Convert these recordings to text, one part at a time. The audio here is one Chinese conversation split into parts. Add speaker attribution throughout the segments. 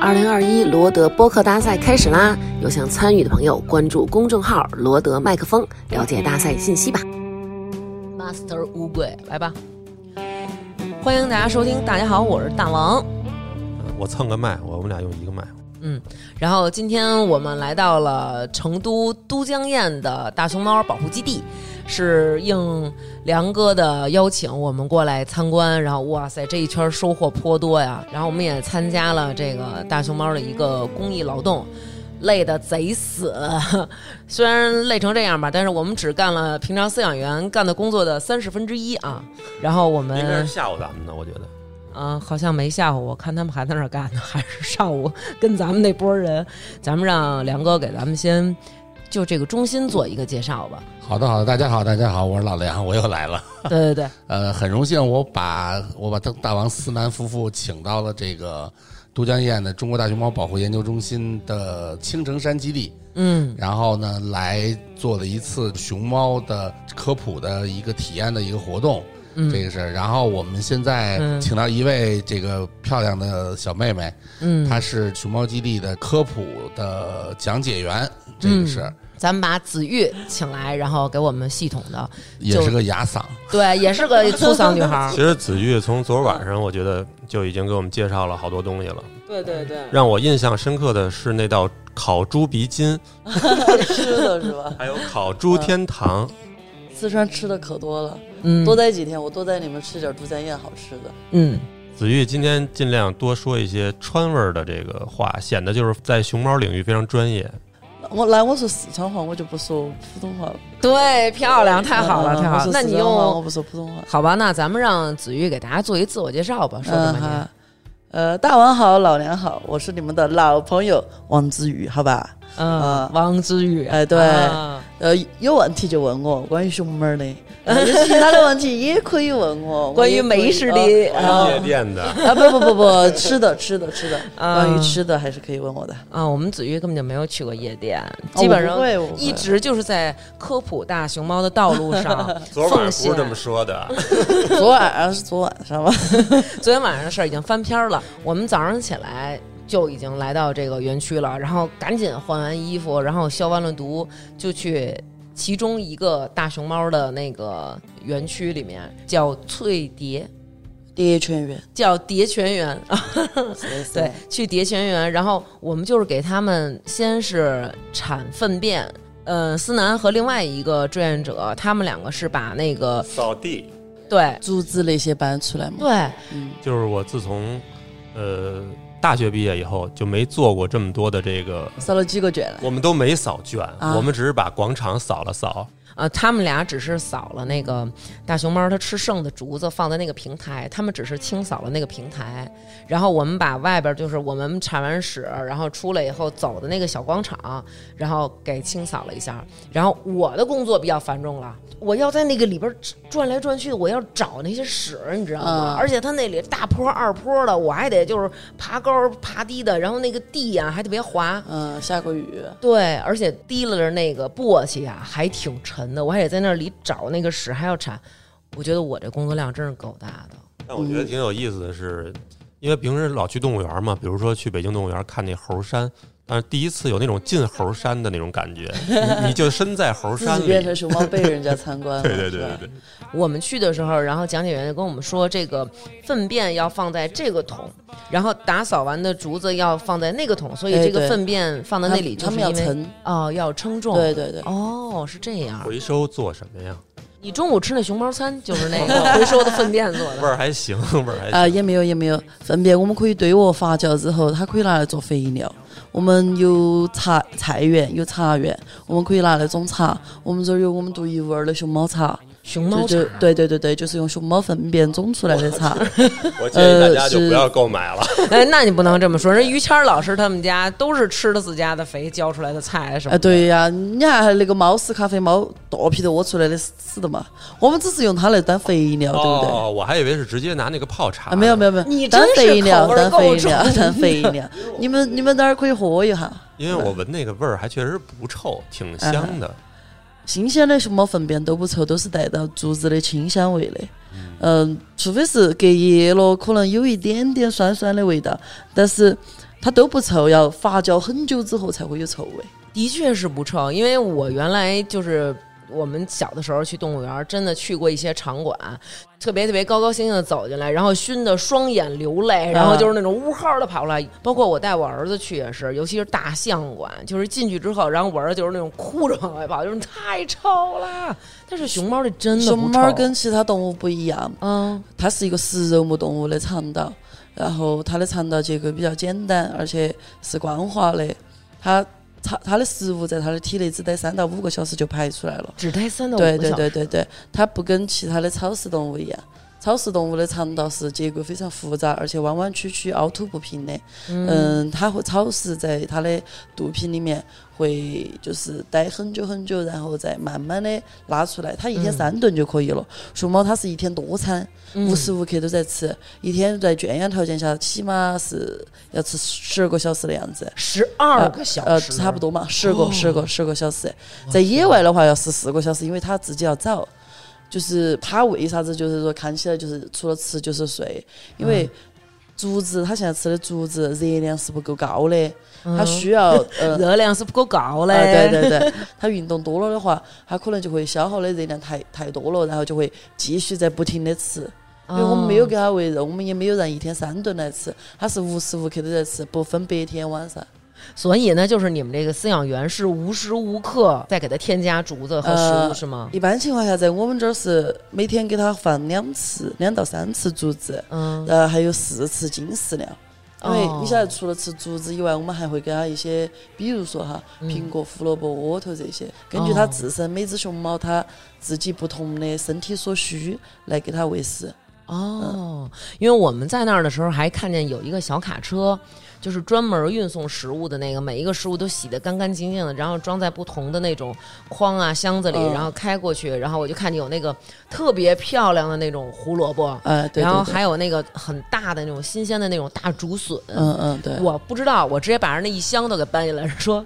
Speaker 1: 二零二一罗德播客大赛开始啦！有想参与的朋友，关注公众号“罗德麦克风”，了解大赛信息吧。
Speaker 2: Master 乌龟，来吧！欢迎大家收听，大家好，我是大王。
Speaker 3: 我蹭个麦，我们俩用一个麦。
Speaker 2: 嗯，然后今天我们来到了成都都江堰的大熊猫保护基地，是应梁哥的邀请，我们过来参观。然后哇塞，这一圈收获颇多呀！然后我们也参加了这个大熊猫的一个公益劳动。累得贼死， 虽然累成这样吧，但是我们只干了平常饲养员干的工作的三十分之一啊。然后我们
Speaker 3: 应该是吓唬咱们的，我觉得。
Speaker 2: 嗯，好像没吓唬我，看他们还在那儿干呢，还是上午跟咱们那波人，咱们让梁哥给咱们先就这个中心做一个介绍 吧。
Speaker 4: 好的，好的，大家好，大家好，我是老梁，我又来了。
Speaker 2: 对对对，
Speaker 4: 呃，很荣幸我把我把大大王思南夫妇请到了这个都江堰的中国大熊猫保护研究中心的青城山基地，
Speaker 2: 嗯
Speaker 4: 然后呢来做了一次熊猫的科普的一个体验的一个活动，这
Speaker 2: 嗯
Speaker 4: 个是。然后我们现在
Speaker 2: 嗯
Speaker 4: 请到一位这个漂亮的小妹妹，
Speaker 2: 嗯，
Speaker 4: 她是熊猫基地的科普的讲解员，这
Speaker 2: 嗯
Speaker 4: 个是、
Speaker 2: 咱们把子玉请来，然后给我们系统的，
Speaker 4: 也
Speaker 2: 就是
Speaker 4: 个哑嗓。
Speaker 2: 对，也是个粗嗓女孩儿
Speaker 3: 其。实子玉从昨晚上，我觉得就已经给我们介绍了好多东西了。
Speaker 2: 对对对，
Speaker 3: 让我印象深刻的是那道烤猪鼻筋，
Speaker 5: 吃的是吧？
Speaker 3: 还有烤猪天堂。
Speaker 5: 四川吃的可多了，
Speaker 2: 嗯，
Speaker 5: 多待几天，我多带你们吃点都江堰好吃的。
Speaker 2: 嗯
Speaker 3: 子玉今天尽量多说一些川味儿的这个话，显得就是在熊猫领域非常专业。
Speaker 5: 我来，我说四川话，我就不说普通话了。
Speaker 2: 对，漂亮，太好了，
Speaker 5: 嗯
Speaker 2: 太好了
Speaker 5: 我。说
Speaker 2: 那你
Speaker 5: 四川话我
Speaker 2: 用
Speaker 5: 不说普通话。
Speaker 2: 好吧？那咱们让子玉给大家做一自我介绍吧，说什
Speaker 5: 嗯
Speaker 2: 么你？
Speaker 5: 哈，呃，大王好，老梁好，我是你们的老朋友王之宇，好吧？
Speaker 2: 嗯
Speaker 5: 啊，
Speaker 2: 王之宇，
Speaker 5: 哎对
Speaker 2: 啊
Speaker 5: 呃，有问题就问我，关于熊猫儿的，呃有其他的问题也可以问我。
Speaker 2: 关于
Speaker 5: 我也可以
Speaker 2: 美食的
Speaker 5: 啊
Speaker 3: 夜店的，
Speaker 5: 啊不不不不，吃的吃的吃的，
Speaker 2: 啊
Speaker 5: 关于吃的还是可以问我的。
Speaker 2: 啊，我们子玉根本就没有去过夜店，
Speaker 5: 哦
Speaker 2: 基本
Speaker 5: 我
Speaker 2: 上
Speaker 5: 不会我不
Speaker 2: 一
Speaker 5: 会
Speaker 2: 直就是在科普大熊猫的道路上
Speaker 3: 昨晚
Speaker 2: 奉
Speaker 3: 不
Speaker 2: 献
Speaker 3: 是。这么说的。
Speaker 5: 昨晚上是昨晚上吧？
Speaker 2: 昨天晚上的事儿已经翻篇儿了，我们早上起来就已经来到这个园区了，然后赶紧换完衣服，然后消完了毒，就去其中一个大熊猫的那个园区里面，叫翠蝶，
Speaker 5: 第一圈圆，
Speaker 2: 叫蝶泉园啊。对
Speaker 5: 对，
Speaker 2: 去蝶泉园，然后我们就是给他们先是产粪便。呃，思南和另外一个志愿者，他们两个是把那个
Speaker 3: 扫地，
Speaker 2: 对
Speaker 5: 组织了一些搬出来嘛。
Speaker 2: 对，
Speaker 5: 嗯，
Speaker 3: 就是我自从呃大学毕业以后就没做过这么多的这个，
Speaker 5: 扫了几个卷了。
Speaker 3: 我们都没扫卷，
Speaker 5: 啊
Speaker 3: 我们只是把广场扫了扫。
Speaker 2: 呃，他们俩只是扫了那个大熊猫它吃剩的竹子放在那个平台，他们只是清扫了那个平台，然后我们把外边就是我们铲完屎，然后出来以后走的那个小广场，然后给清扫了一下。然后我的工作比较繁重了，我要在那个里边转来转去的，我要找那些屎，你知道吗？
Speaker 5: 嗯
Speaker 2: 而且它那里大坡二坡的，我还得就是爬高爬低的，然后那个地呀、还特别滑，
Speaker 5: 嗯，下过雨，
Speaker 2: 对，而且提了着那个簸箕啊，还挺沉的，我还得在那里找那个屎，还要铲。我觉得我这工作量真是够大的。
Speaker 3: 但我觉得挺有意思的是，因为平时老去动物园嘛，比如说去北京动物园看那猴山，但是第一次有那种进猴山的那种感 觉，你你就身在猴
Speaker 5: 自
Speaker 3: 山
Speaker 5: 己
Speaker 3: 里。
Speaker 5: 变成熊猫被人家参 观了。
Speaker 3: 对对对
Speaker 5: 是吧
Speaker 3: 对对，
Speaker 2: 我们去的时候，然后讲解员就跟我们说，这个粪便要放在这个桶，然后打扫完的竹子要放在那个桶，所以
Speaker 5: 哎
Speaker 2: 这个
Speaker 5: 对
Speaker 2: 粪便放在那里就
Speaker 5: 他
Speaker 2: 是
Speaker 5: 们要
Speaker 2: 因为
Speaker 5: 沉。
Speaker 2: 哦要称重。
Speaker 5: 对对对，
Speaker 2: 哦，是这样。
Speaker 3: 回收做什么呀？
Speaker 2: 你中午吃那熊猫餐就是那 个回收的粪便做
Speaker 3: 味
Speaker 2: 的。
Speaker 3: 儿还行，味儿还行。
Speaker 5: 啊，也没有也没有，粪便我们可以对我发酵之后，它可以拿来做肥料。我们有茶菜园，有茶园，我们可以拿来种茶。我们这儿有我们独一无二的 熊猫茶，
Speaker 2: 熊
Speaker 5: 就
Speaker 2: 猫
Speaker 5: 就
Speaker 2: 茶
Speaker 5: 对对对对，就是用熊猫粪便种出来的茶。
Speaker 3: 我
Speaker 5: 建议大家就不要
Speaker 3: 购买了。
Speaker 2: 哎，那你不能这么说。人于谦儿老师他们家都是吃的自家的肥浇出来的菜什么的。
Speaker 5: 啊，对呀、你看那个猫屎咖啡猫大屁头窝出来的屎的嘛，我们只是用它来当肥料，对不对？
Speaker 3: 哦，我还以为是直接拿那个泡茶
Speaker 5: 啊，没有没
Speaker 3: 有，
Speaker 5: 有没有，
Speaker 2: 你真
Speaker 5: 当
Speaker 2: 是
Speaker 5: 肥料
Speaker 2: 口味儿
Speaker 5: 当
Speaker 2: 够
Speaker 5: 肥
Speaker 2: 重
Speaker 5: 料当肥 料，你们你们哪儿可以喝一下？
Speaker 3: 因为我闻那个味儿还确实不臭，挺香的。
Speaker 5: 新鲜的熊猫粪便都不臭，都是带到竹子的清香味的。呃嗯，除非是隔夜了，可能有一点点酸酸的味道，但是它都不臭，要发酵很久之后才会有臭味。
Speaker 2: 的确是不臭，因为我原来就是我们小的时候去动物园，真的去过一些场馆，特别特别高高兴兴的走进来，然后熏得双眼流泪，然
Speaker 5: 嗯
Speaker 2: 后就是那种呜号的跑出来。包括我带我儿子去也是，尤其是大象馆，就是进去之后，然后我儿子就是那种哭着往外跑，就是太臭了。但是熊猫这真的
Speaker 5: 熊
Speaker 2: 不臭
Speaker 5: 猫跟其他动物不一样，
Speaker 2: 嗯
Speaker 5: 它是一个食肉目动物的肠道，然后它的肠道结构比较简单，而且是光滑的，它它它的食物在它的体内只待三到五个小时就排出来了。
Speaker 2: 只待三到五个
Speaker 5: 对
Speaker 2: 小时
Speaker 5: 对对对对，它不跟其他的草食动物一样。草食动物的肠道是结构非常复杂，而且弯弯曲曲、凹凸不平的。嗯，它会草食在它的肚皮里面会就是待很久很久，然后再慢慢的拉出来。它一天三顿就可以了。熊猫它是一天多餐，
Speaker 2: 嗯
Speaker 5: 无时无刻都在吃，一天在圈养条件下起码是要吃十二个小时的样子。
Speaker 2: 十二个小时、哦
Speaker 5: 呃，差不多嘛，十个、十个、十个小时。在野外的话要十四个小时，因为它自己要找。就是它为啥子就是说看起来就是除了吃就是睡，因
Speaker 2: 嗯
Speaker 5: 为竹子它现在吃的竹子热量是不够高的，它需要 呃
Speaker 2: 嗯热量是不够高嘞、嗯
Speaker 5: 啊，对对对，他运动多了的话，他可能就会消耗的热量太太多了，然后就会继续在不停的吃。因为我们没
Speaker 2: 哦
Speaker 5: 有给他喂肉，我们也没有让一天三顿来吃，他是无时无刻都在吃，不分白天晚上。
Speaker 2: 所以呢，就是你们这个饲养员是无时无刻在给它添加竹子和食物，
Speaker 5: 呃
Speaker 2: 是吗？
Speaker 5: 一般情况下，在我们这儿是每天给他放两次，两到三次竹子，
Speaker 2: 嗯，
Speaker 5: 呃，还有四次精饲料。因为
Speaker 2: 哦
Speaker 5: 你晓得，除了吃竹子以外，我们还会给它一些，比如说哈，苹果、胡萝卜、窝头这些，根据它
Speaker 2: 嗯哦
Speaker 5: 自身每只熊猫它自己不同的身体所需来给它喂食。
Speaker 2: 哦，因为我们在那儿的时候还看见有一个小卡车，就是专门运送食物的那个，每一个食物都洗得干干净净的，然后装在不同的那种筐啊箱子里，
Speaker 5: 嗯
Speaker 2: 然后开过去，然后我就看见有那个特别漂亮的那种胡萝卜，
Speaker 5: 呃，对对对，
Speaker 2: 然后还有那个很大的那种新鲜的那种大竹笋，
Speaker 5: 嗯嗯对，
Speaker 2: 我不知道，我直接把人那一箱都给搬进来，说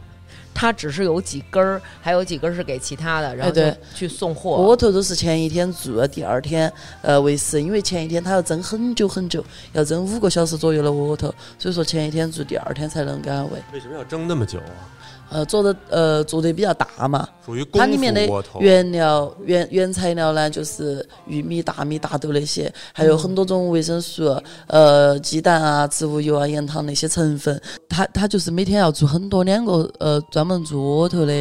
Speaker 2: 他只是有几根儿，还有几根儿是给其他的，然后就
Speaker 5: 对
Speaker 2: 去送货。
Speaker 5: 窝头都是前一天做，第二天呃喂食，因为前一天它要蒸很久很久，要蒸五个小时左右的窝头，所以说前一天做，第二天才能给它喂。
Speaker 3: 为什么要蒸那么久啊？
Speaker 5: 呃，做的呃做的比较大嘛，
Speaker 3: 属于功
Speaker 5: 它里面的
Speaker 3: 夫窝头，啊
Speaker 5: 原料原原材料呢，就是玉米、大米、大豆那些，还有很多种维生素，呃，鸡蛋啊、植物油啊、盐糖那些成分。它它就是每天要做很多两个呃专门做窝头的，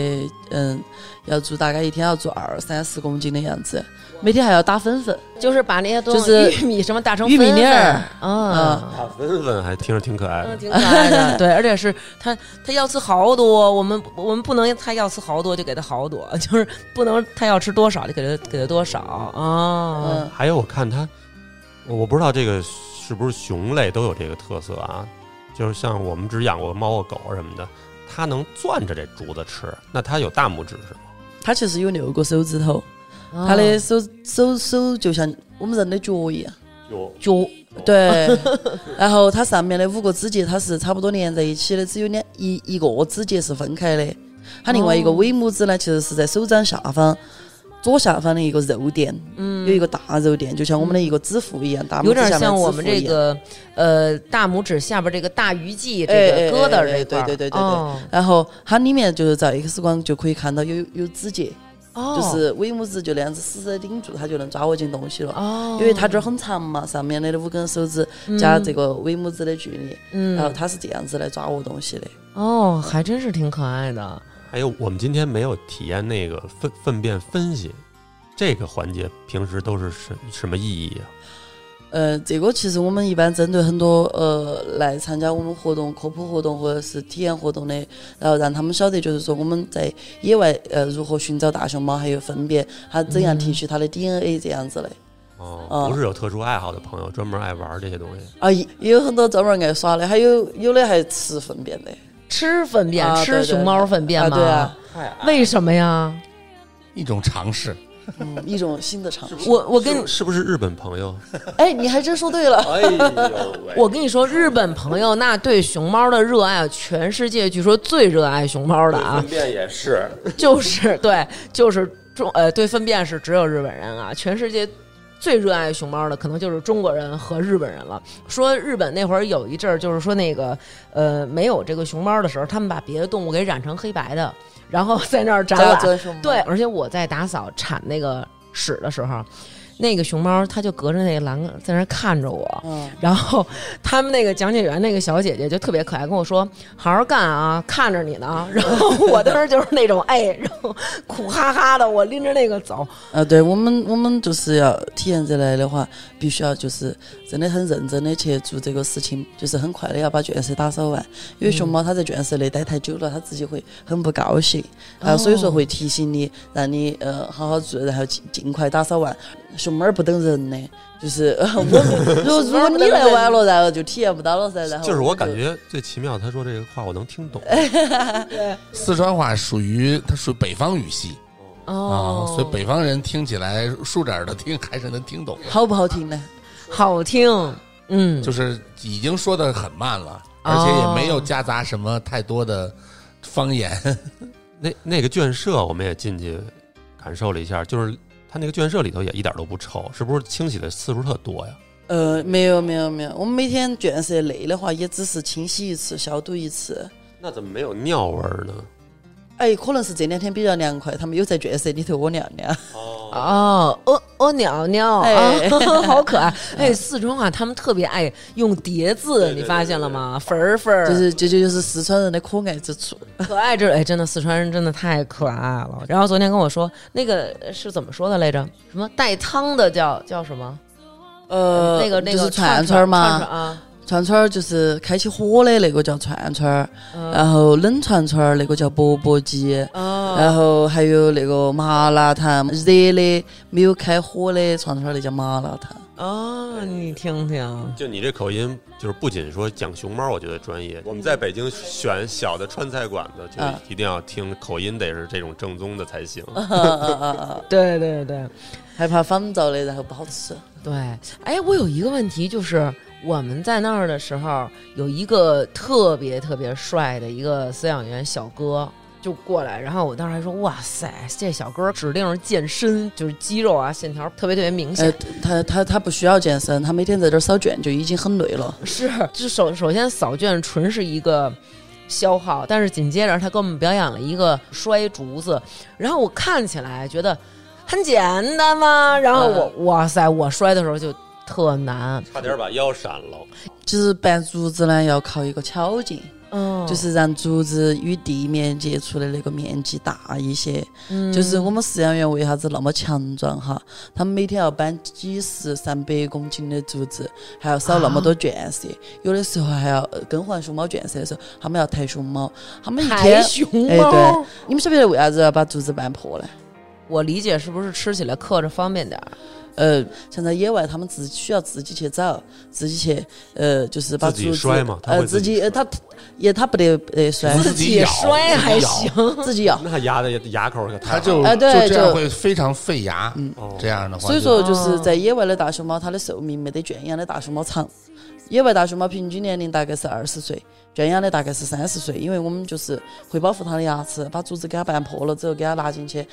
Speaker 5: 嗯，要做大概一天要做二三十公斤的样子，每天还要打粉粉。
Speaker 2: 就是把那些东西
Speaker 5: 就是
Speaker 2: 玉米什么打成
Speaker 5: 玉米
Speaker 2: 粉粉
Speaker 5: 粒儿
Speaker 2: 啊，
Speaker 3: 大芬芬还听着挺可爱的
Speaker 2: 嗯，。挺可爱的。 对，而且是他他要吃好多，我们我们不能他要吃好多就给他好多， 就是不能他要吃多少就给他给他多少啊。
Speaker 5: 嗯，
Speaker 3: 还有我看它，我我不知道这个是不是熊类都有这个特色啊，就是像我们只养过猫啊狗啊什么的，它能攥着这竹子吃，那它有大拇指是吗？
Speaker 5: 它其实有六个手指头，
Speaker 2: 嗯啊
Speaker 5: 它的手手手就像我们人的脚一样。
Speaker 3: 有
Speaker 2: 就
Speaker 5: 对， 然后它上面的五个指节它是差不多连在一起的，只有两一一个指节是分开的。它另外一个
Speaker 2: 哦
Speaker 5: 尾拇指呢，其实是在手掌下方左下方的一个肉垫，嗯，有一个大肉垫，就像我们的一个指腹一样，大拇
Speaker 2: 有
Speaker 5: 指
Speaker 2: 点
Speaker 5: 下面的
Speaker 2: 像我
Speaker 5: 指
Speaker 2: 们
Speaker 5: 腹
Speaker 2: 这
Speaker 5: 一样。
Speaker 2: 个呃大拇指下边这个大鱼际这
Speaker 5: 哎哎
Speaker 2: 个疙瘩这块
Speaker 5: 哎哎
Speaker 2: 儿，
Speaker 5: 对对对对对
Speaker 2: 哦
Speaker 5: 然后它里面就是照 X 光就可以看到有有指节，
Speaker 2: 哦，
Speaker 5: 就是尾拇指就那样子死死地顶住，它就能抓握进东西了。
Speaker 2: 哦，
Speaker 5: 因为它这儿很长嘛，上面的那五根手指加
Speaker 2: 嗯
Speaker 5: 这个尾拇指的距离，然后它是这样子来抓握东西的。
Speaker 2: 哦，还真是挺可爱的。
Speaker 3: 还有我们今天没有体验那个粪粪便分析这个环节，平时都是什什么意义啊？
Speaker 5: 呃，这个其实我们一般针对很多呃来参加我们活动、科普活动或者是体验活动的，然后让他们晓得，就是说我们在野外呃如何寻找大熊猫，还有分辨它怎样提取它的 DNA 这样子的。
Speaker 3: 哦
Speaker 5: 哦，
Speaker 3: 不是有特殊爱好的朋友专门爱玩这些东西，
Speaker 5: 啊，也也有很多专门爱耍的，还有有的还吃粪便的。
Speaker 2: 吃粪便，
Speaker 5: 啊对
Speaker 2: 吃
Speaker 5: 对
Speaker 2: 熊猫粪便
Speaker 5: 啊，
Speaker 2: 吗？
Speaker 5: 对啊，
Speaker 2: 为什么呀？
Speaker 4: 一种尝试。
Speaker 5: 嗯，一种新的尝试。
Speaker 2: 我我跟你
Speaker 3: 是不是日本朋友？
Speaker 5: 哎，你还真说对了。
Speaker 3: 哎呦喂！
Speaker 2: 我跟你说，日本朋友那对熊猫的热爱，全世界据说最热爱熊猫的啊，
Speaker 3: 便也 是，
Speaker 2: 就是对，就是中呃对粪便是只有日本人啊，全世界。最热爱熊猫的，可能就是中国人和日本人了。说日本那会儿有一阵儿，就是说那个呃没有这个熊猫的时候，他们把别的动物给染成黑白的，然后在那儿展览
Speaker 5: 家。钻熊猫
Speaker 2: 对，，而且我在打扫铲那个屎的时候，那个熊猫它就隔着那个栏杆在那儿看着我。
Speaker 5: 嗯，
Speaker 2: 然后他们那个讲解员那个小姐姐就特别可爱，跟我说：“好好干啊，看着你 呢。”然后我当时就是那种哎，然后苦哈哈的，我拎着那个走。
Speaker 5: 啊，对我们，我们就是要体验这类的话，必须要就是真的很认真的去做这个事情，就是很快的要把圈舍打扫完。因为
Speaker 3: 嗯
Speaker 5: 熊猫它在圈舍里待太久了，它自己会很不高兴啊，所以
Speaker 3: 哦
Speaker 5: 说会提醒你，让你呃好好做，然后尽尽快打扫完。熊猫儿不等人的，就是 呃我们 如果如果你来晚了，然后就体验不到了噻，然后
Speaker 3: 就是我感觉最奇妙，他说这个话我能听懂，
Speaker 4: 四川话属于它属于北方语系啊、
Speaker 2: 哦，
Speaker 4: 所以北方人听起来竖着耳朵听还是能听懂的，
Speaker 5: 好不好听呢？
Speaker 2: 好听，嗯，
Speaker 4: 就是已经说的很慢了，
Speaker 2: 哦
Speaker 4: 而且也没有夹杂什么太多的方言。
Speaker 3: 那那个圈舍我们也进去感受了一下，就是他那个圈舍里头也一点都不臭，是不是清洗的次数特多呀？
Speaker 5: 呃，没有没有没有，我们每天卷舍累的话，也只是清洗一次，消毒一次。
Speaker 3: 那怎么没有尿味儿呢？
Speaker 5: 哎，可能是这两天比较凉快，他们有在卷舍里头窝尿尿。
Speaker 3: 哦，
Speaker 2: 哦，哦哦，鸟鸟，
Speaker 5: 哎
Speaker 2: 啊、 好可 爱！哎，四川话他们特别爱用叠字，你发现了吗？粉儿粉儿，
Speaker 5: 就是这就就是四川人的可爱之处。
Speaker 2: 可爱之哎，真的四川人真的太可爱了。然后昨天跟我说那个是怎么说的来着？什么带汤的叫叫什么？
Speaker 5: 呃，
Speaker 2: 那个那
Speaker 5: 就
Speaker 2: 个
Speaker 5: 是串
Speaker 2: 串
Speaker 5: 串嘛，
Speaker 2: 串啊，
Speaker 5: 串串儿就是开起火的那个叫串串儿，
Speaker 2: 嗯
Speaker 5: 然后冷串串儿那个叫钵钵鸡，
Speaker 2: 哦
Speaker 5: 然后还有那个麻辣烫，热的没有开火的串串儿那叫麻辣烫。
Speaker 2: 哦，你听听，
Speaker 3: 就你这口音，就是不仅说讲熊猫，我觉得专业。我们在北京选小的川菜馆子，就
Speaker 2: 嗯
Speaker 5: 啊
Speaker 3: 一定要听口音，得是这种正宗的才行。
Speaker 2: 嗯
Speaker 5: 啊啊啊啊！
Speaker 2: 对对对
Speaker 5: 害怕仿造的，然后不好吃。
Speaker 2: 对。哎，我有一个问题，就是我们在那儿的时候，有一个特别特别帅的一个饲养员小哥。就过来，然后我当时还说：“哇塞，这小哥指定是健身，就是肌肉啊线条特别特别明显
Speaker 5: 哎。，他他他不需要健身，他每天在这儿扫卷就已经很累了。
Speaker 2: 是，就首首先扫卷纯是一个消耗，但是紧接着他给我们表演了一个摔竹子，然后我看起来觉得很简单嘛，然后我、
Speaker 5: 嗯
Speaker 2: 哇塞，我摔的时候就特难，
Speaker 3: 差点把腰闪了，
Speaker 5: 其实拌竹子呢，要靠一个巧劲，
Speaker 2: 嗯，
Speaker 5: 就是让竹子与地面接触的那个面积大一些。
Speaker 2: 嗯
Speaker 5: 就是我们饲养员为啥子那么强壮哈？他们每天要搬几十、上百公斤的竹子，还要扫那么多圈舍，有的时候还要呃更换熊猫圈舍的时候，他们要抬熊猫，他们一
Speaker 2: 抬
Speaker 5: 天。
Speaker 2: 熊
Speaker 5: 哎，
Speaker 2: 猫。
Speaker 5: 对，你们晓不晓得为啥子要把竹子搬破呢？
Speaker 2: 我理解是不是吃起来刻着方便点儿？
Speaker 5: 呃，像在野外，他们自己需要自己去找，自己去，呃，就是把
Speaker 3: 自己
Speaker 5: 竹子
Speaker 3: 摔嘛他
Speaker 5: 呃，
Speaker 3: 会自
Speaker 5: 自
Speaker 3: 己
Speaker 5: 己呃，他也他不得 呃摔，
Speaker 4: 自己咬
Speaker 2: 摔还行，
Speaker 5: 自己
Speaker 2: 嗯
Speaker 5: 咬。
Speaker 3: 那牙的牙口可
Speaker 4: 它
Speaker 3: 太
Speaker 4: 就、
Speaker 5: 哎对
Speaker 4: 就这样
Speaker 5: 就
Speaker 4: 会非常费牙，这样的话就，
Speaker 5: 所以说，
Speaker 2: 哦
Speaker 5: 就是在野外的大熊猫，它的寿命没得圈养的大熊猫长。野外大熊猫平均年龄大概是二十岁，圈养的大概是三十岁。因为我们就是会保护它的牙齿，把竹子给它掰破了之后，给它拿进去。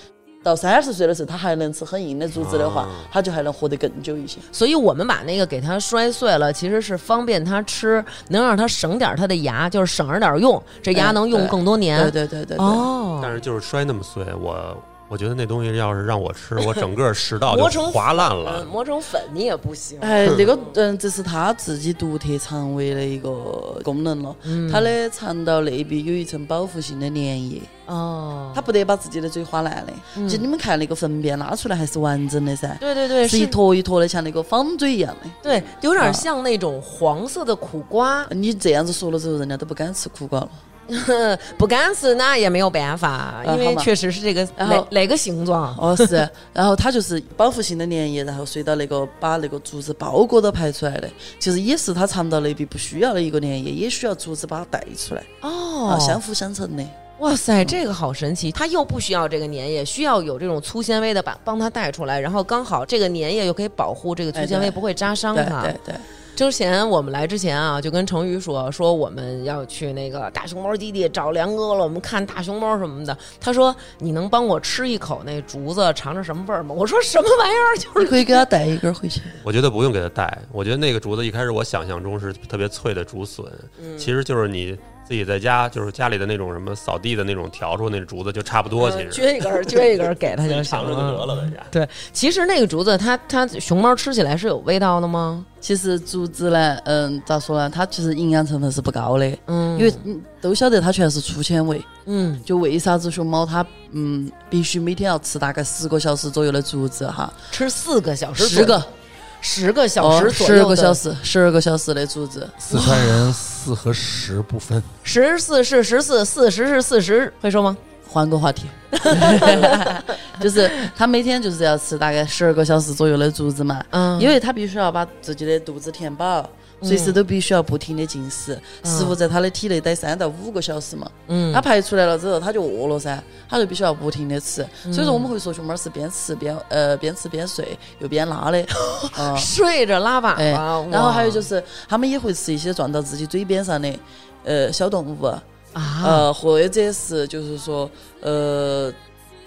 Speaker 5: 到三十岁的时候，它还能吃很硬的竹子的话，它就还能活得更久一些。
Speaker 2: 所以我们把那个给它摔碎了，其实是方便它吃，能让它省点儿它的牙，就是省着点儿用，这牙
Speaker 5: 嗯
Speaker 2: 能用
Speaker 5: 对
Speaker 2: 更多年。
Speaker 5: 对对对对对。
Speaker 2: 哦，
Speaker 3: 但是就是摔那么碎，我我觉得那东西要是让我吃，我整个食道
Speaker 2: 磨
Speaker 3: 就
Speaker 2: 成
Speaker 3: 划烂了
Speaker 5: 呃
Speaker 2: 嗯，。磨成粉你也不行。
Speaker 5: 哎，这个嗯，这是它自己独特肠胃的一个功能了。
Speaker 2: 嗯
Speaker 5: 它的肠道内壁有一层保护性的粘液，
Speaker 2: 哦，
Speaker 5: 它不得把自己的嘴划烂的。就你们看那个粪便拉出来还是完整的噻，
Speaker 2: 嗯对对对，
Speaker 5: 是一坨一坨的，像那个方嘴一样的。
Speaker 2: 对，有点
Speaker 5: 啊
Speaker 2: 像那种黄色的苦瓜，
Speaker 5: 你这样子说了之后，人家都不敢吃苦瓜了。
Speaker 2: 不敢吃那也没有办法，因为
Speaker 5: 呃好吧
Speaker 2: 确实是这个
Speaker 5: 然
Speaker 2: 哪
Speaker 5: 后
Speaker 2: 哪个形状。
Speaker 5: 哦，是，然后它就是保护性的粘液，然后随到那个把那个竹子包裹到排出来的，其实也是它肠道内壁不需要的一个粘液，也需要竹子把它带出来，啊，
Speaker 2: 哦，
Speaker 5: 相辅相成的。
Speaker 2: 哇塞，这个好神奇！它又不需要这个粘液，需要有这种粗纤维的把帮它带出来，然后刚好这个粘液又可以保护这个粗
Speaker 5: 哎
Speaker 2: 纤维
Speaker 5: 对
Speaker 2: 不会扎伤
Speaker 5: 对
Speaker 2: 它。
Speaker 5: 对对。
Speaker 2: 之前我们来之前啊，就跟成宇说说我们要去那个大熊猫基地找梁哥了，我们看大熊猫什么的。他说你能帮我吃一口那竹子，尝尝什么味儿吗？我说什么玩意儿？就
Speaker 5: 你
Speaker 2: 是
Speaker 5: 可以给他带一根回去。
Speaker 3: 我觉得不用给它带，我觉得那个竹子一开始我想象中是特别脆的竹笋，其实就是你自己在家就是家里的那种什么扫地的那种笤帚那竹子就差不多，
Speaker 2: 呃
Speaker 3: 其实
Speaker 2: 撅一根儿撅一根儿给他
Speaker 3: 自
Speaker 2: 就
Speaker 3: 己
Speaker 2: 行
Speaker 3: 尝尝就得
Speaker 2: 了。
Speaker 3: 了，在 家。
Speaker 2: 对， 其实那个竹子，它它熊猫吃起来是有味道的吗？
Speaker 5: 其实竹子呢，嗯，咋说呢？它其实营养成分是不高的，
Speaker 2: 嗯，
Speaker 5: 因为嗯都晓得它全是粗纤维。
Speaker 2: 嗯
Speaker 5: 就为啥子熊猫它嗯必须每天要吃大概十个小时左右的竹子哈？
Speaker 2: 吃四个小时，
Speaker 5: 十个
Speaker 2: 十个小
Speaker 5: 哦，
Speaker 2: 时左
Speaker 5: 十
Speaker 2: 右
Speaker 5: 二
Speaker 2: 的
Speaker 5: 个小时，十二个小时的竹子。
Speaker 4: 四川人四和十不分，
Speaker 2: 十四是十四，四十是四十，会说吗？
Speaker 5: 换个话题， 就是它每天就是要吃大概十二个小时左右的竹子嘛，
Speaker 2: 嗯
Speaker 5: 因为它必须要把自己的肚子填饱，随时都必须要不停的进食，食物在它的体内待三到五个小时嘛，
Speaker 2: 嗯
Speaker 5: 它排出来了之后，它就饿了噻，它就必须要不停的吃，
Speaker 2: 嗯
Speaker 5: 所以说我们会说熊猫是边吃边呃边吃边睡又边拉 的，
Speaker 2: 哦
Speaker 5: 嗯
Speaker 2: 睡着拉粑粑、
Speaker 5: 哎，然后还有就是是它们也会吃一些撞到自己嘴边上的呃小动物，
Speaker 2: 啊，
Speaker 5: 呃，或者是就是说，呃，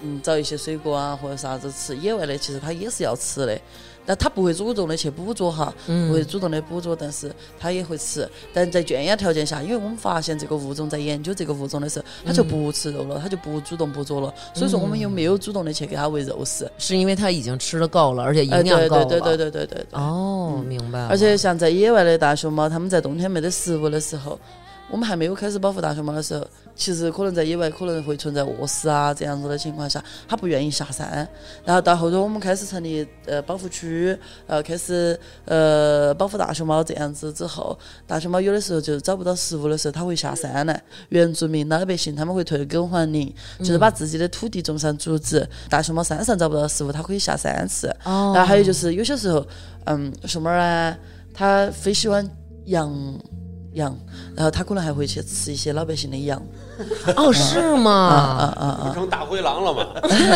Speaker 5: 嗯，找一些水果啊或者啥子吃，野外的其实它也是要吃的，但它不会主动的去捕捉哈，
Speaker 2: 嗯
Speaker 5: 不会主动的捕捉，但是它也会吃。但在圈养条件下，因为我们发现这个物种在研究这个物种的时候，它
Speaker 2: 嗯
Speaker 5: 就不吃肉了，它就不主动捕捉了，所以说我们又没有主动的去给它喂肉食，
Speaker 2: 是因为它已经吃的够了，而且嗯营
Speaker 5: 哎，
Speaker 2: 养
Speaker 5: 对
Speaker 2: 够了。
Speaker 5: 对对对对对对对。
Speaker 2: 哦，明白了。
Speaker 5: 而且像在野外的大熊猫，它们在冬天没得食物的时候，我们还没有开始保护大熊猫的时候，其实可能在野外可能会存在饿死啊这样子的情况下，它不愿意下山。然后到后头我们开始成立呃保护区，呃开始呃保护大熊猫这样子之后，大熊猫有的时候就找不到食物的时候，它会下山来。原住民老百姓他们会退耕还林，就是把自己的土地种上竹子。大熊猫山上找不到食物，它可以下山吃。
Speaker 2: 哦
Speaker 5: 然后还有就是有些时候，嗯，熊猫呢，它非喜欢羊羊，然后它可能还会去吃一些老百姓的羊。
Speaker 2: 哦，是
Speaker 5: 啊
Speaker 2: 吗？
Speaker 3: 不成大灰狼了吗？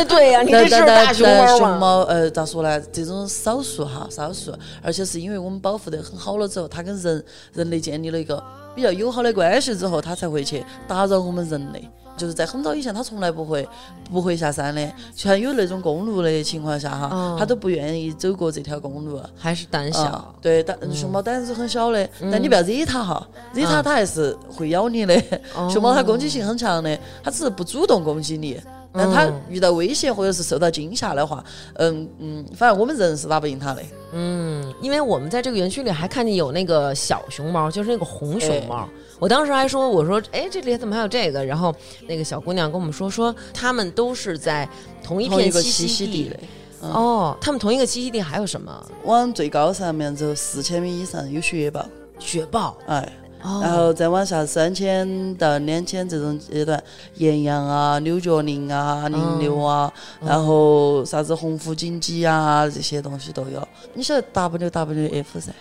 Speaker 2: 对呀、你这是大熊
Speaker 5: 但
Speaker 2: 猫
Speaker 5: 熊
Speaker 2: 吗？
Speaker 5: 猫，呃，咋说呢？这种少数哈，少数，而且是因为我们保护得很好了之后，它跟人人类建立了一个比较友好的关系之后，它才会去打扰我们人类。就是在很早以前，它从来不会不会下山的，像有那种公路的情况下
Speaker 2: 哦
Speaker 5: 哈，它都不愿意走过这条公路。
Speaker 2: 还是胆
Speaker 5: 啊
Speaker 2: 小，，嗯
Speaker 5: 对，但熊猫胆子很小的，但你不要惹它哈，惹它它还是会咬你的。
Speaker 2: 哦
Speaker 5: 熊猫它攻击性很强的，它只是不主动攻击你。但它
Speaker 2: 嗯
Speaker 5: 遇到危险或者是受到惊吓的话，嗯嗯，反正我们人是打不赢它的。
Speaker 2: 嗯，因为我们在这个园区里还看见有那个小熊猫，就是那个红熊猫。
Speaker 5: 哎
Speaker 2: 我当时还说，我说，哎，这里怎么还有这个？然后那个小姑娘跟我们说，说他们都是在同一
Speaker 5: 同一
Speaker 2: 片
Speaker 5: 个
Speaker 2: 栖
Speaker 5: 栖息
Speaker 2: 地
Speaker 5: 地的，嗯
Speaker 2: 哦，他们同一个栖息地还有什么？
Speaker 5: 往最高上面走四千米以上有雪豹，
Speaker 2: 雪豹，
Speaker 5: 哎，
Speaker 2: 哦、
Speaker 5: 然后再往下三千到两千这种阶段，岩羊啊、牛角羚啊、羚牛啊，然后啥子红腹锦鸡啊这些东西都有。你晓得 WWF 噻？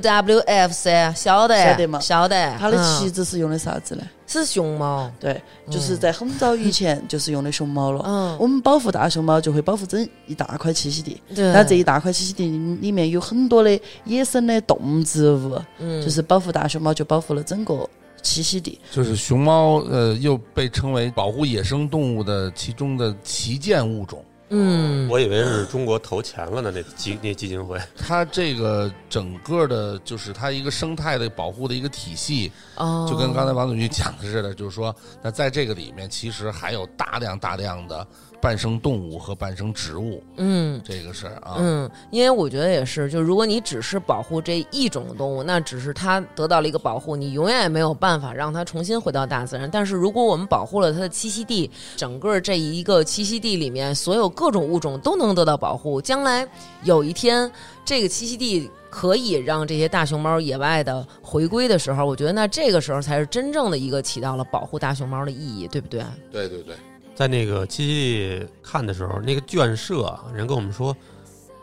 Speaker 2: WWF 噻，晓得
Speaker 5: 晓得吗
Speaker 2: 晓得，
Speaker 5: 它的旗
Speaker 2: 嗯
Speaker 5: 子是用的啥子呢？
Speaker 2: 是熊猫，
Speaker 5: 对，就是在很早以前就是用的熊猫了。
Speaker 2: 嗯
Speaker 5: 我们保护大熊猫就会保护整一大块栖息地，
Speaker 2: 对
Speaker 5: 那这一大块栖息地里面有很多的野生的动植物，
Speaker 2: 嗯
Speaker 5: 就是保护大熊猫就保护了整个栖息地。
Speaker 4: 就是熊猫，呃，又被称为保护野生动物的其中的旗舰物种。
Speaker 2: 嗯
Speaker 3: 我以为是中国投钱了呢，那基那基金会。
Speaker 4: 它这个整个的，就是它一个生态的保护的一个体系，
Speaker 2: 哦，
Speaker 4: 就跟刚才王总去讲的似的，就是说，那在这个里面，其实还有大量大量的伴生动物和伴生植物，
Speaker 2: 嗯。
Speaker 4: 这个是啊，
Speaker 2: 嗯，因为我觉得也是，就如果你只是保护这一种动物，那只是它得到了一个保护，你永远也没有办法让它重新回到大自然。但是如果我们保护了它的栖息地，整个这一个栖息地里面所有各种物种都能得到保护，将来有一天这个栖息地。可以让这些大熊猫野外的回归的时候，我觉得那这个时候才是真正的一个起到了保护大熊猫的意义，对不对？
Speaker 4: 对对对，
Speaker 3: 在那个栖息地看的时候，那个圈舍人跟我们说，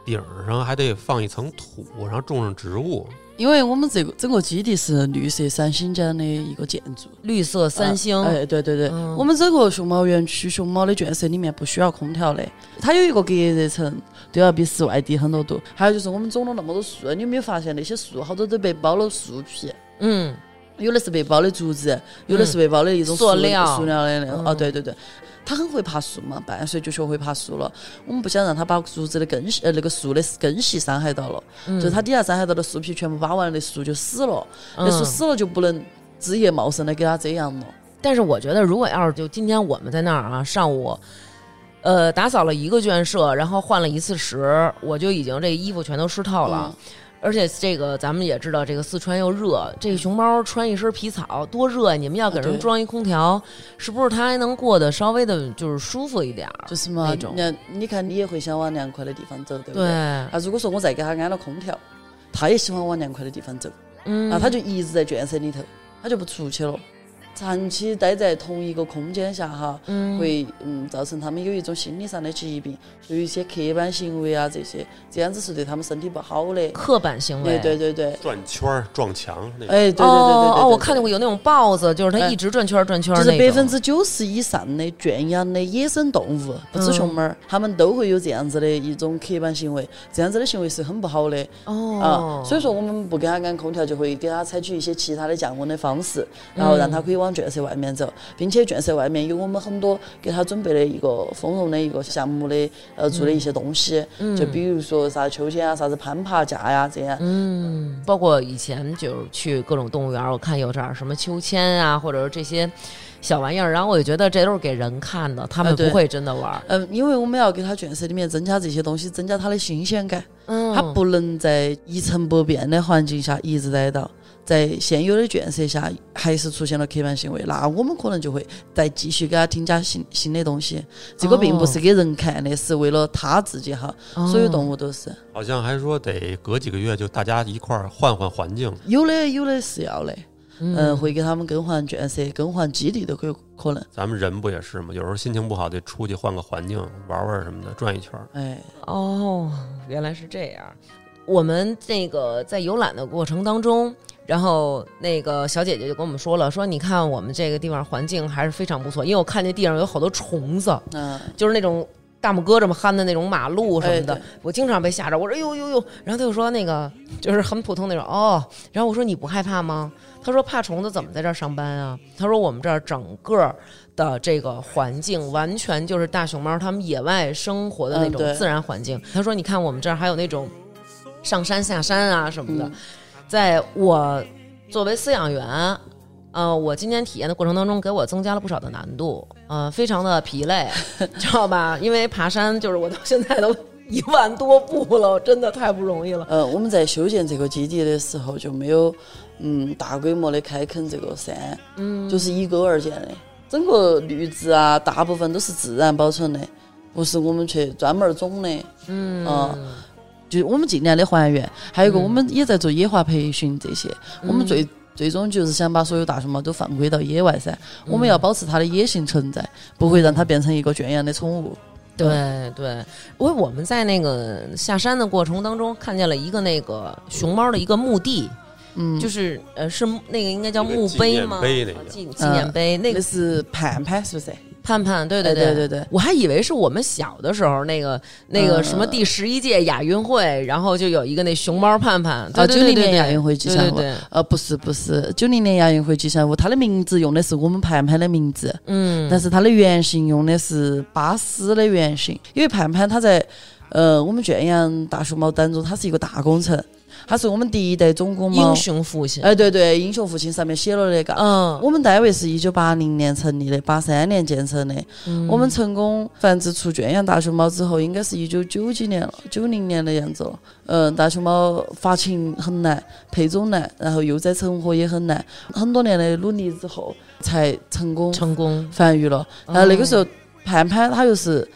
Speaker 3: 顶上还得放一层土，然后种上植物。
Speaker 5: 因为我们这个整个基地是绿色三星这样的一个建筑，
Speaker 2: 绿色三星，
Speaker 5: 哎，对对对，
Speaker 2: 嗯
Speaker 5: 我们整个熊猫园区熊猫的圈舍里面不需要空调的，它有一个隔热层，都要比室外低很多度。还有就是我们种了那么多树，你有没有发现那些树好多都被包了树皮？
Speaker 2: 嗯，
Speaker 5: 有的是被包的竹子，有的是被包的一种
Speaker 2: 塑料
Speaker 5: 塑料的那种。
Speaker 2: 嗯
Speaker 5: 哦，对对对，它很会爬树嘛，半岁就学会爬树了。我们不想让它把竹子的根系，呃，那个树的根系伤害到了，就它底下伤害到的树皮全部扒完了，那树就死了，那树
Speaker 2: 嗯
Speaker 5: 死了就不能枝叶茂盛的给它遮阳了。
Speaker 2: 但是我觉得，如果要是就今天我们在那儿啊，上午，呃，打扫了一个圈舍，然后换了一次食，我就已经这衣服全都湿透了。
Speaker 5: 嗯
Speaker 2: 而且这个咱们也知道，这个四川又热，这个熊猫穿一身皮草多热呀！你们要给
Speaker 5: 啊
Speaker 2: 人
Speaker 5: 对
Speaker 2: 装一空调，是不是它还能过得稍微的就是舒服一点儿？
Speaker 5: 就是嘛
Speaker 2: 那，种
Speaker 5: 那你看你也会想往凉快的地方走，对不
Speaker 2: 对，
Speaker 5: 啊，如果说我再给他安了空调，他也喜欢往凉快的地方走，
Speaker 2: 嗯，
Speaker 5: 啊，他就一直在圈舍里头，他就不出去了。长期待在同一个空间下哈，
Speaker 2: 嗯
Speaker 5: 会嗯造成他们有一种心理上的疾病，有一些刻板行为啊这些，这样子是对他们身体不好的。
Speaker 2: 刻板行为。
Speaker 5: 对对对对，
Speaker 3: 转圈儿撞墙那个，
Speaker 5: 哎对对对对对
Speaker 2: 哦
Speaker 5: 对
Speaker 2: 哦，我
Speaker 5: 对
Speaker 2: 看见过有那种豹子，就是它
Speaker 5: 哎
Speaker 2: 一直转圈儿转圈儿那
Speaker 5: 就是
Speaker 2: 种，
Speaker 5: 百分之九十以上的圈养的野生动物，不止
Speaker 2: 嗯
Speaker 5: 熊猫儿，它们都会有这样子的一种刻板行为，这样子的行为是很不好的
Speaker 2: 哦
Speaker 5: 啊。所以说，我们不给它安空调，就会给它采取一些其他的降温的方式，
Speaker 2: 嗯
Speaker 5: 然后让它可以往圈舍外面走，并且圈舍外面有我们很多给它准备的一个丰容的一个项目的呃
Speaker 2: 嗯
Speaker 5: 做的一些东西，就比如说啥秋千啊、啥子攀爬架呀、这样。
Speaker 2: 嗯，包括以前就是去各种动物园儿，我看有这儿什么秋千啊，或者是这些小玩意儿，然后我就觉得这都是给人看的，他们
Speaker 5: 啊对
Speaker 2: 不会真的玩儿。
Speaker 5: 嗯，因为我们要给它圈舍里面增加这些东西，增加它的新鲜感。
Speaker 2: 嗯，
Speaker 5: 它不能在一成不变的环境下一直待到，在现有的圈舍下还是出现了刻板行为，那我们可能就会再继续给它添加新新的东西。这个并不是给人看的，是为了它自己好。所有动
Speaker 2: 物
Speaker 5: 物都是
Speaker 3: 好像还说得隔几个月就大家一块儿换换环境。
Speaker 5: 有的，有的是要的，
Speaker 2: 嗯、
Speaker 5: 嗯，会给他们更换圈舍、更换基地都可有可能。
Speaker 3: 咱们人不也是吗？有时候心情不好得出去换个环境玩玩什么的，转一圈儿。
Speaker 5: 哎，
Speaker 2: 哦，原来是这样。我们那个在游览的过程当中，然后那个小姐姐就跟我们说了，说你看我们这个地方环境还是非常不错，因为我看见地上有好多虫子，
Speaker 5: 嗯，
Speaker 2: 就是那种大拇哥这么憨的那种马路什么的，
Speaker 5: 哎对
Speaker 2: 我经常被吓着。我说哎呦呦呦，然后他就说那个就是很普通那种哦。然后我说你不害怕吗？他说怕虫子怎么在这儿上班啊？他说我们这儿整个的这个环境完全就是大熊猫它们野外生活的那
Speaker 5: 嗯
Speaker 2: 种
Speaker 5: 对
Speaker 2: 自然环境。他说你看我们这儿还有那种上山下山啊什么的，
Speaker 5: 嗯
Speaker 2: 在我作为饲养员。呃，我今天体验的过程当中，给我增加了不少的难度，呃，非常的疲 累，知道吧？因为爬山就是我到现在都 一万多步了，真的太不容易了。
Speaker 5: 呃，我们在修建这个基地的时候就没有，嗯，大规模的开垦这个山，嗯，就是一沟而建的，整个绿植啊，大部分都是自然保存的，不是我们去专门儿种的，嗯，就我们尽量的还原。还有一个，我们也在做野化培训这些，我们最。最终就是想把所有大熊猫都放归到野外噻，我们要保持它的野性存在，不会让它变成一个圈养的宠物。
Speaker 2: 对对，我我们在那个下山的过程当中，看见了一个那个熊猫的一个墓地，
Speaker 5: 嗯，
Speaker 2: 就是呃是那个应该叫
Speaker 3: 一个
Speaker 2: 墓
Speaker 3: 纪
Speaker 2: 碑
Speaker 3: 念
Speaker 2: 吗？
Speaker 3: 碑那
Speaker 2: 啊
Speaker 3: 个
Speaker 2: 纪纪念碑，那
Speaker 5: 那
Speaker 2: 个
Speaker 5: 个是盼盼，是不是？
Speaker 2: 盼盼，对
Speaker 5: 哎
Speaker 2: 对
Speaker 5: 对对对
Speaker 2: 我还以为是我们小的时候那个那
Speaker 5: 嗯
Speaker 2: 个什么第十一届亚运会，然后就有一个那熊猫盼盼，对
Speaker 5: 啊，
Speaker 2: 对
Speaker 5: 九
Speaker 2: 对
Speaker 5: 零
Speaker 2: 对
Speaker 5: 年亚
Speaker 2: 对
Speaker 5: 运会吉
Speaker 2: 对
Speaker 5: 祥
Speaker 2: 对
Speaker 5: 物，
Speaker 2: 对，
Speaker 5: 呃，不是不是，九零年亚运会吉祥物，它的名字用的是我们盼盼的名字，
Speaker 2: 嗯，
Speaker 5: 但是它的原型用的是巴斯的原型，因为盼盼它在呃我们圈养大熊猫当中，它是一个大功臣，它是我们第一代种公猫
Speaker 2: 英，雄父亲，
Speaker 5: 哎对对，英雄父亲上面写了那个。
Speaker 2: 嗯，
Speaker 5: 我们单位是一九八零年成立的，八三年建成的。
Speaker 2: 嗯
Speaker 5: 我们成功繁殖出圈养大熊猫之后，应该是一九九几年了，九零年的样子了。嗯，大熊猫发情很难，配种难，然后幼崽成活也很难，很多年的努力之后才成功
Speaker 2: 成功，
Speaker 5: 繁育了。然后那个时候，盼盼它又是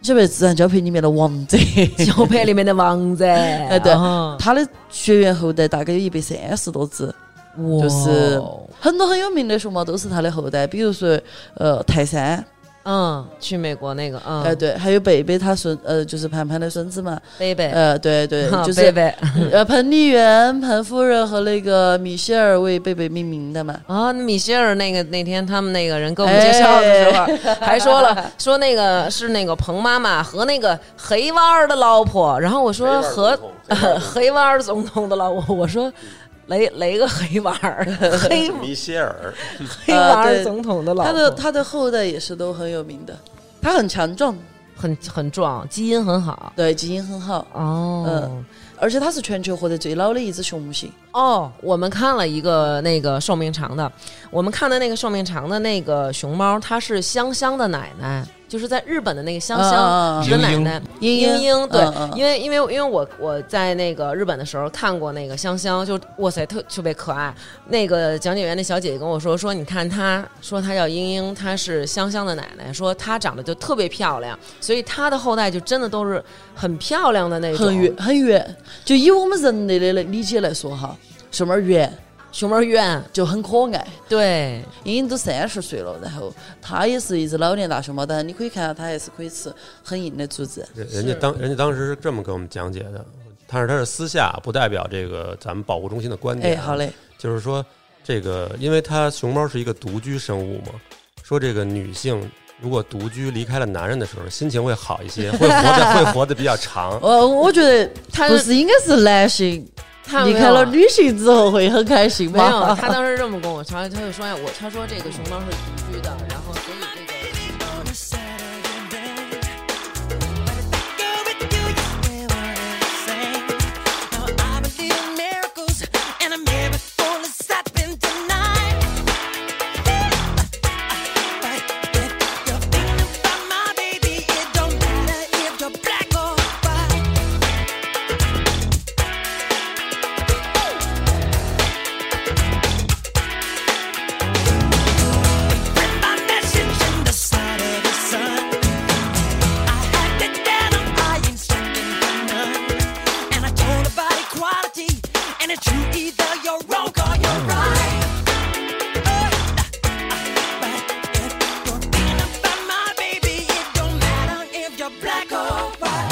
Speaker 5: 你晓得自然交配里面的王者，
Speaker 2: 交配里面的王子，哎
Speaker 5: 对
Speaker 2: 哇，
Speaker 5: 它的血缘后代大概有一百三十多只。
Speaker 2: 哦
Speaker 5: 就是很多很有名的熊猫都是它的后代，比如说呃泰山，
Speaker 2: 嗯，去美国那个，嗯，
Speaker 5: 哎，对，还有贝贝他孙，呃，就是盘盘的孙子嘛，
Speaker 2: 贝贝，
Speaker 5: 呃，对 对，
Speaker 2: 哈
Speaker 5: 就是
Speaker 2: 贝贝
Speaker 5: 呃，彭丽媛、彭夫人和那个米歇尔为贝贝命名的嘛。
Speaker 2: 啊，米歇尔那个那天他们那个人给我们介绍的时候，
Speaker 5: 哎
Speaker 2: 还说了说那个是那个彭妈妈和那个黑娃儿的老婆，然后我说和 黑娃儿总统的老婆，我说雷雷个黑娃儿，黑
Speaker 3: 米歇尔，
Speaker 2: 黑娃
Speaker 5: 啊
Speaker 2: 儿
Speaker 5: 对
Speaker 2: 总统的老
Speaker 5: 他
Speaker 2: 婆，
Speaker 5: 的他的后代也是都很有名的，他很强壮，
Speaker 2: 很很壮，基因很好
Speaker 5: 对，基因很好，
Speaker 2: 哦。
Speaker 5: 嗯而且它是全球活得最老的一只雄母猩。
Speaker 2: 哦，我们看了一个那个寿命长的，我们看的那个寿命长的那个熊猫，它是香香的奶奶，就是在日本的那个香
Speaker 5: 啊啊啊
Speaker 2: 香是奶
Speaker 4: 英英
Speaker 2: 奶，
Speaker 5: 英
Speaker 2: 英英对
Speaker 5: 嗯嗯，
Speaker 2: 因为因为因为我我在那个日本的时候看过那个香香，就哇塞特特别可爱。那个讲解员那小姐姐跟我说说，你看她说她叫英英，她是香香的奶奶，说她长得就特别漂亮，所以她的后代就真的都是很漂亮的那种，
Speaker 5: 很圆很圆，就以我们人类的来理解来说哈，什么圆
Speaker 2: 熊猫院
Speaker 5: 就很可爱。
Speaker 2: 对。
Speaker 5: 英英都三十岁了，然后它也是一只老年大熊猫，但是你可以看到它还是可以吃很硬的竹子。
Speaker 3: 人人家当人家当时是这么跟我们讲解的，但是他是私下，不代表这个咱们保护中心的观
Speaker 5: 哎，
Speaker 3: 点。啊
Speaker 5: 好，嘞，
Speaker 3: 就是说这个，因为它熊猫是一个独居生物嘛，说这个女性如果独居离开了男人的时候，心情会好一些，会活得会活得比较长。
Speaker 5: 我哦我觉得
Speaker 2: 它
Speaker 5: 不是应该是男性
Speaker 2: 他
Speaker 5: 离
Speaker 2: 没
Speaker 5: 开
Speaker 2: 有
Speaker 5: 了女性之后会很开心
Speaker 2: 没有，
Speaker 5: 吗？
Speaker 2: 他当时这么跟我说，他就说我他说这个熊猫是独居的，然后所以这个。
Speaker 6: on a Saturday day. But if I go with you, you stay what I say. Now I believe in miracles, and a miracle is happening tonight. But if you're thinking about my baby, it don't matter if you're black or white. My message in the side of the sun. I had to get up, I ain't standing for none. And I told about equality, and it's you either you're wrong or you're right. But if you're thinking about my baby, it don't matter if you're black or white.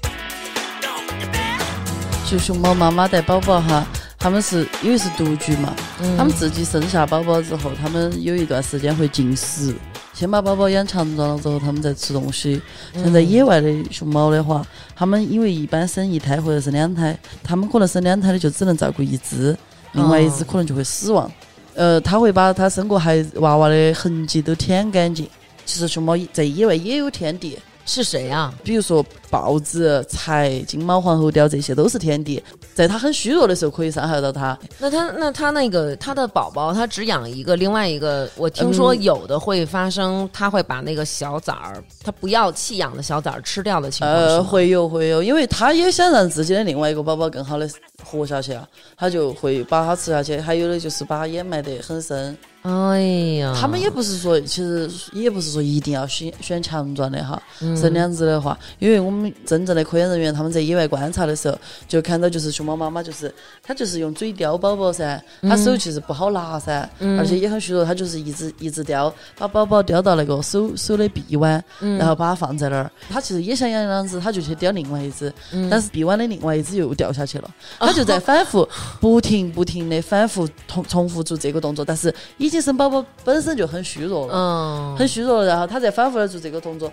Speaker 6: Don't matter.
Speaker 5: 就熊猫妈妈带宝宝哈，他们是因为是独居嘛，他们自己生下宝宝之后，他们有一段时间会进食，先把宝宝养强壮了之后，他们再吃东西。像
Speaker 2: 嗯
Speaker 5: 在野外的熊猫的话，他们因为一般生一胎或者是两胎，他们可能生两胎的就只能照顾一只，另外一只
Speaker 2: 哦
Speaker 5: 可能就会死亡。呃，他会把他生过孩子娃娃的痕迹都舔干净。其实熊猫在野外也有天敌，
Speaker 2: 是谁呀、
Speaker 5: 比如说豹子、豺、金毛皇后雕，这些都是天敌，在它很虚弱的时候可以伤害到它。
Speaker 2: 那他那他那个他的宝宝，他只养一个，另外一个我听说
Speaker 5: 嗯
Speaker 2: 有的会发生，他会把那个小崽儿，他不要弃养的小崽儿吃掉的情况。是
Speaker 5: 呃，
Speaker 2: 吗
Speaker 5: 会有会有，因为它也想让自己的另外一个宝宝更好的活下去啊，它就会把它吃下去。还有的就是把它掩埋得很深。
Speaker 2: 哎呀，
Speaker 5: 呃他们也不是说，其实也不是说一定要选选强壮的哈，生两只的话，因为我们真正的科研人员他们在野外观察的时候，就看到就是熊猫妈妈就是它就是用嘴叼宝宝噻，它手其实不好拿噻，而且也很虚弱，它就是一直一直叼，把宝宝叼到那个手手的臂弯，
Speaker 2: 嗯
Speaker 5: 然后把它放在那儿，它其实也想养两只，它就去叼另外一只，
Speaker 2: 嗯
Speaker 5: 但是臂弯的另外一只又掉下去了，
Speaker 2: 哦
Speaker 5: 它就在 反复不停不停的反复重重复做这个动作，但是已经生宝宝本身就很虚弱了，
Speaker 2: 嗯，
Speaker 5: 很虚弱，然后他再反复的做这个动作，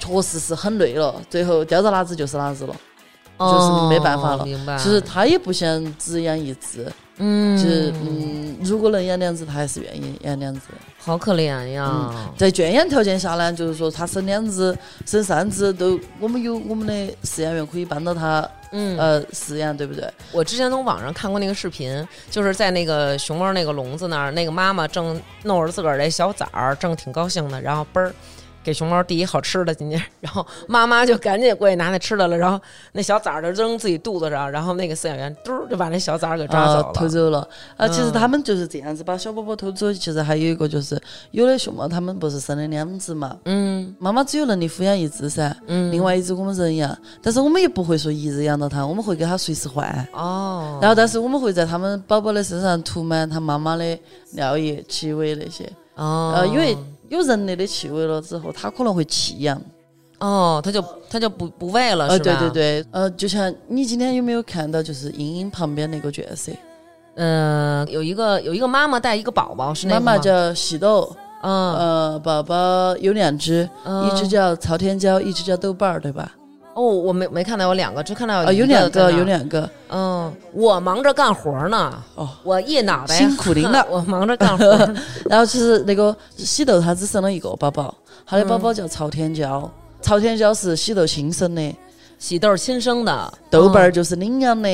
Speaker 5: 确实是很累了，最后叼到哪只就是哪只了。就是没办法了
Speaker 2: 哦明白。
Speaker 5: 其实他也不想只养一只，
Speaker 2: 嗯，
Speaker 5: 就是嗯，如果能养两只，他还是愿意养两只。
Speaker 2: 好可怜呀。
Speaker 5: 在圈养条件下呢，就是说他生两只、生三只都，我们有我们的饲养员可以帮到他，
Speaker 2: 嗯
Speaker 5: 呃，饲养，对不对？
Speaker 2: 我之前从网上看过那个视频，就是在那个熊猫那个笼子那儿，那个妈妈正弄着自个儿那小崽儿，正挺高兴的，然后嘣儿给熊猫递一好吃的今天，然后妈妈就赶紧过去拿那吃的了，然后那小崽儿就扔自己肚子上，然后那个饲养员嘟儿就把那小崽儿给抓走
Speaker 5: 啊
Speaker 2: 了，
Speaker 5: 偷走了啊！其实
Speaker 2: 嗯
Speaker 5: 他们就是这样子把小宝宝偷走。其实还有一个就是，有的熊猫它们不是生了两只嘛，
Speaker 2: 嗯
Speaker 5: 妈妈只有能力抚养一只噻，
Speaker 2: 嗯，
Speaker 5: 另外一只我们人养，但是我们也不会说一直养到它，我们会给它随时换。
Speaker 2: 哦，
Speaker 5: 然后，但是我们会在它们宝宝的身上涂满它妈妈的尿液、气味那些，
Speaker 2: 哦，
Speaker 5: 呃，因为有人类的气味了之后，它可能会弃养。
Speaker 2: 哦，他就他就不不喂了，
Speaker 5: 呃，
Speaker 2: 哦是吧？
Speaker 5: 对对，对，呃，就像你今天有没有看到，就是茵茵旁边那个角色，
Speaker 2: 嗯、有一个有一个妈妈带一个宝宝，是那
Speaker 5: 妈
Speaker 2: 个
Speaker 5: 妈
Speaker 2: 吗
Speaker 5: 叫喜豆，
Speaker 2: 嗯
Speaker 5: 呃，宝宝有两只，
Speaker 2: 嗯，
Speaker 5: 一只叫朝天椒，一只叫豆瓣儿，对吧？
Speaker 2: 哦，我没没看到有两个，只看到
Speaker 5: 啊，有
Speaker 2: 哦一
Speaker 5: 两
Speaker 2: 在
Speaker 5: 个，
Speaker 2: 那儿
Speaker 5: 有两个，
Speaker 2: 嗯，我忙着干活呢，
Speaker 5: 哦
Speaker 2: 我一脑袋
Speaker 5: 辛苦您了
Speaker 2: 我忙着干活 呢，
Speaker 5: 然后就是那个喜豆，它只生了一个宝宝，它的宝
Speaker 2: 嗯
Speaker 5: 宝叫朝天椒，朝天椒是喜豆亲生的，
Speaker 2: 喜豆儿亲生的
Speaker 5: 豆瓣儿就是领养的。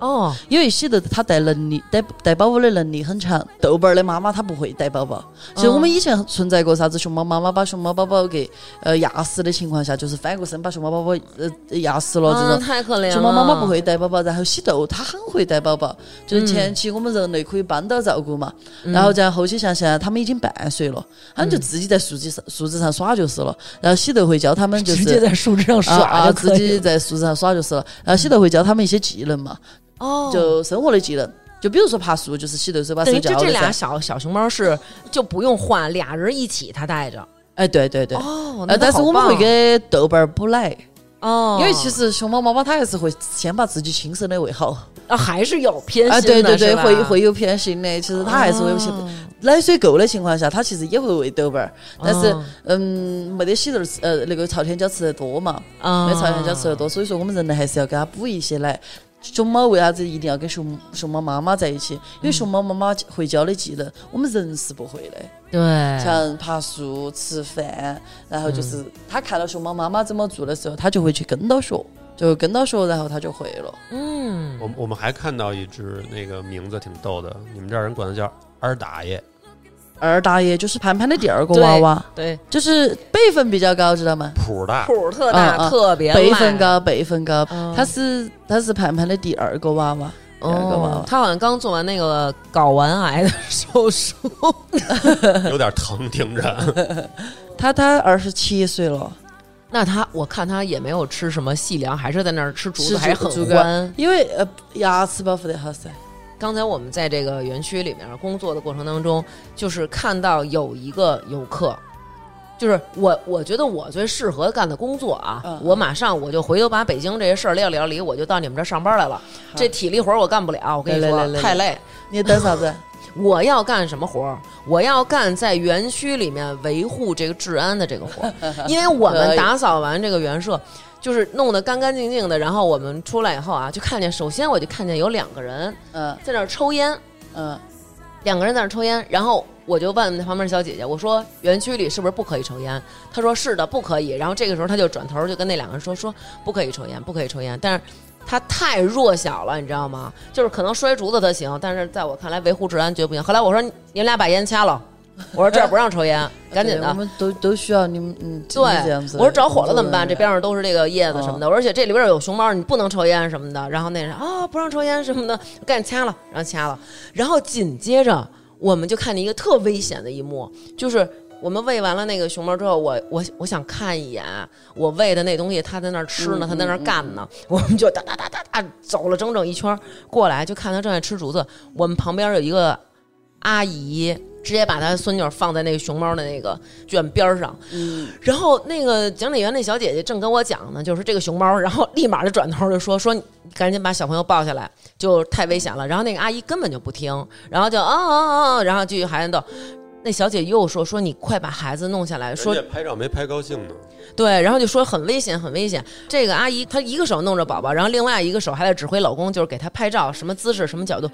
Speaker 2: 哦，哦
Speaker 5: 因为喜豆它带能力带带宝宝的能力很强，豆瓣儿的妈妈她不会带宝宝，所以我们以前存在过啥子熊猫妈妈把熊猫宝宝给呃压死的情况下，就是翻过身把熊猫宝宝呃压死了这
Speaker 2: 嗯，
Speaker 5: 种。
Speaker 2: 太可怜了，
Speaker 5: 熊猫妈妈不会带宝宝，然后喜豆它很会带宝宝，就是前期我们人类可以帮到照顾嘛，
Speaker 2: 嗯，
Speaker 5: 然后在后期像现在他们已经半岁了，他们就
Speaker 2: 嗯
Speaker 5: 自己在树枝上树枝上耍就是了，然后喜豆会教他们就是
Speaker 2: 直接在树枝上
Speaker 5: 啊
Speaker 2: 耍
Speaker 5: 啊
Speaker 2: 就
Speaker 5: 自
Speaker 2: 可以
Speaker 5: 己
Speaker 2: 了
Speaker 5: 在树枝上耍就是了，然后喜豆会教他们一些技能嘛，
Speaker 2: 哦，
Speaker 5: 就生活的技能。就比如说爬树，就是洗头手把手
Speaker 2: 等于
Speaker 5: 教
Speaker 2: 就
Speaker 5: 了
Speaker 2: 这俩
Speaker 5: 噻。
Speaker 2: 小小熊猫是就不用换，俩人一起他带着
Speaker 5: 哎，对对对。
Speaker 2: 哦，那
Speaker 5: 呃，但是
Speaker 2: 好
Speaker 5: 我们会
Speaker 2: 棒
Speaker 5: 给豆瓣儿补奶，
Speaker 2: 哦，
Speaker 5: 因为其实熊猫妈妈它还是会先把自己亲生的喂好。
Speaker 2: 啊还是有偏
Speaker 5: 啊，
Speaker 2: 心
Speaker 5: 对
Speaker 2: 的
Speaker 5: 对对，
Speaker 2: 是吧哦
Speaker 5: 会会有偏心的。其实它还是会有些奶水够的情况下，它其实也会喂豆瓣儿，但是
Speaker 2: 哦
Speaker 5: 嗯，没得洗头吃呃那个朝天椒吃得多嘛，
Speaker 2: 啊，
Speaker 5: 没朝天椒吃得多，所以说我们人类还是要给它补一些奶。熊猫为啥子一定要跟熊熊猫妈妈在一起？
Speaker 2: 嗯
Speaker 5: 因为熊猫妈妈会教的技能，我们人是不会的。
Speaker 2: 对，
Speaker 5: 像爬树、吃饭，然后就是他看到熊猫妈妈怎么做的时候，他就会去跟到学，就跟到学，然后他就会了。
Speaker 2: 嗯，
Speaker 3: 我们我们还看到一只那个名字挺逗的，你们这儿人管它叫二打爷，
Speaker 5: 二大爷就是盘盘的第二个娃娃，
Speaker 2: 对，
Speaker 5: 就是辈分比较高，知道吗？
Speaker 3: 谱大，
Speaker 2: 谱儿特
Speaker 5: 嗯
Speaker 2: 大，
Speaker 5: 嗯
Speaker 2: 特别
Speaker 5: 辈
Speaker 2: 赖
Speaker 5: 分高，辈分高
Speaker 2: 哦，
Speaker 5: 他是他是盘盘的第二个娃娃，第二个娃
Speaker 2: 哦
Speaker 5: 娃，。
Speaker 2: 他好像刚做完那个睾丸癌的手术，
Speaker 3: 有点疼，听着。
Speaker 5: 他他二十七岁了，
Speaker 2: 那他我看他也没有吃什么细粮，还是在那儿吃竹
Speaker 5: 吃
Speaker 2: 子，
Speaker 5: 竹
Speaker 2: 还是
Speaker 5: 竹
Speaker 2: 很
Speaker 5: 竿
Speaker 2: 欢。
Speaker 5: 因为呃牙齿保护得好噻。
Speaker 2: 刚才我们在这个园区里面工作的过程当中，就是看到有一个游客。就是我，我觉得我最适合干的工作啊，
Speaker 5: 嗯
Speaker 2: 我马上我就回头把北京这些事儿料理料理，我就到你们这儿上班来了。这体力活儿我干不了，我跟你
Speaker 5: 嗯来
Speaker 2: 说
Speaker 5: 来来来
Speaker 2: 太累。
Speaker 5: 你等啥 子？
Speaker 2: 我要干什么活儿？我要干在园区里面维护这个治安的这个活儿，因为我们打扫完这个园舍，就是弄得干干净净的。然后我们出来以后啊，就看见，首先我就看见有两个人
Speaker 5: 嗯
Speaker 2: 在那儿抽烟，
Speaker 5: 嗯，
Speaker 2: 两个人在那儿抽烟，然后我就问那旁边小姐姐，我说园区里是不是不可以抽烟？她说是的，不可以。然后这个时候她就转头就跟那两个人说说不可以抽烟，不可以抽烟。但是她太弱小了，你知道吗？就是可能摔竹子她行，但是在我看来维护治安绝不行。后来我说你们俩把烟掐了，我说这儿不让抽烟，赶紧
Speaker 5: 对我
Speaker 2: 的。
Speaker 5: 们都都需要你们嗯，
Speaker 2: 对，
Speaker 5: 你们这样子。
Speaker 2: 我说着火了怎么办？这边上都是这个叶子
Speaker 5: 哦
Speaker 2: 什么的，我说而且这里边有熊猫，你不能抽烟什么的。然后那人啊、不让抽烟什么的，赶紧掐了，然后掐了。然后紧接着我们就看见一个特危险的一幕，就是我们喂完了那个熊猫之后，我我我想看一眼我喂的那东西，它在那儿吃
Speaker 5: 嗯
Speaker 2: 呢，它在那儿干呢，我们就哒哒哒哒哒走了整整一圈儿过来，就看它正在吃竹子。我们旁边有一个阿姨。直接把她孙女儿放在那个熊猫的那个圈边儿上，然后那个讲解员那小姐姐正跟我讲呢，就是这个熊猫，然后立马就转头就说说你赶紧把小朋友抱下来，就太危险了。然后那个阿姨根本就不听，然后就啊啊啊啊，然后继续孩子逗。那小姐又说说你快把孩子弄下来，说
Speaker 3: 人家拍照没拍高兴呢，
Speaker 2: 对，然后就说很危险，很危险。这个阿姨她一个手弄着宝宝，然后另外一个手还在指挥老公，就是给她拍照，什么姿势，什么角度。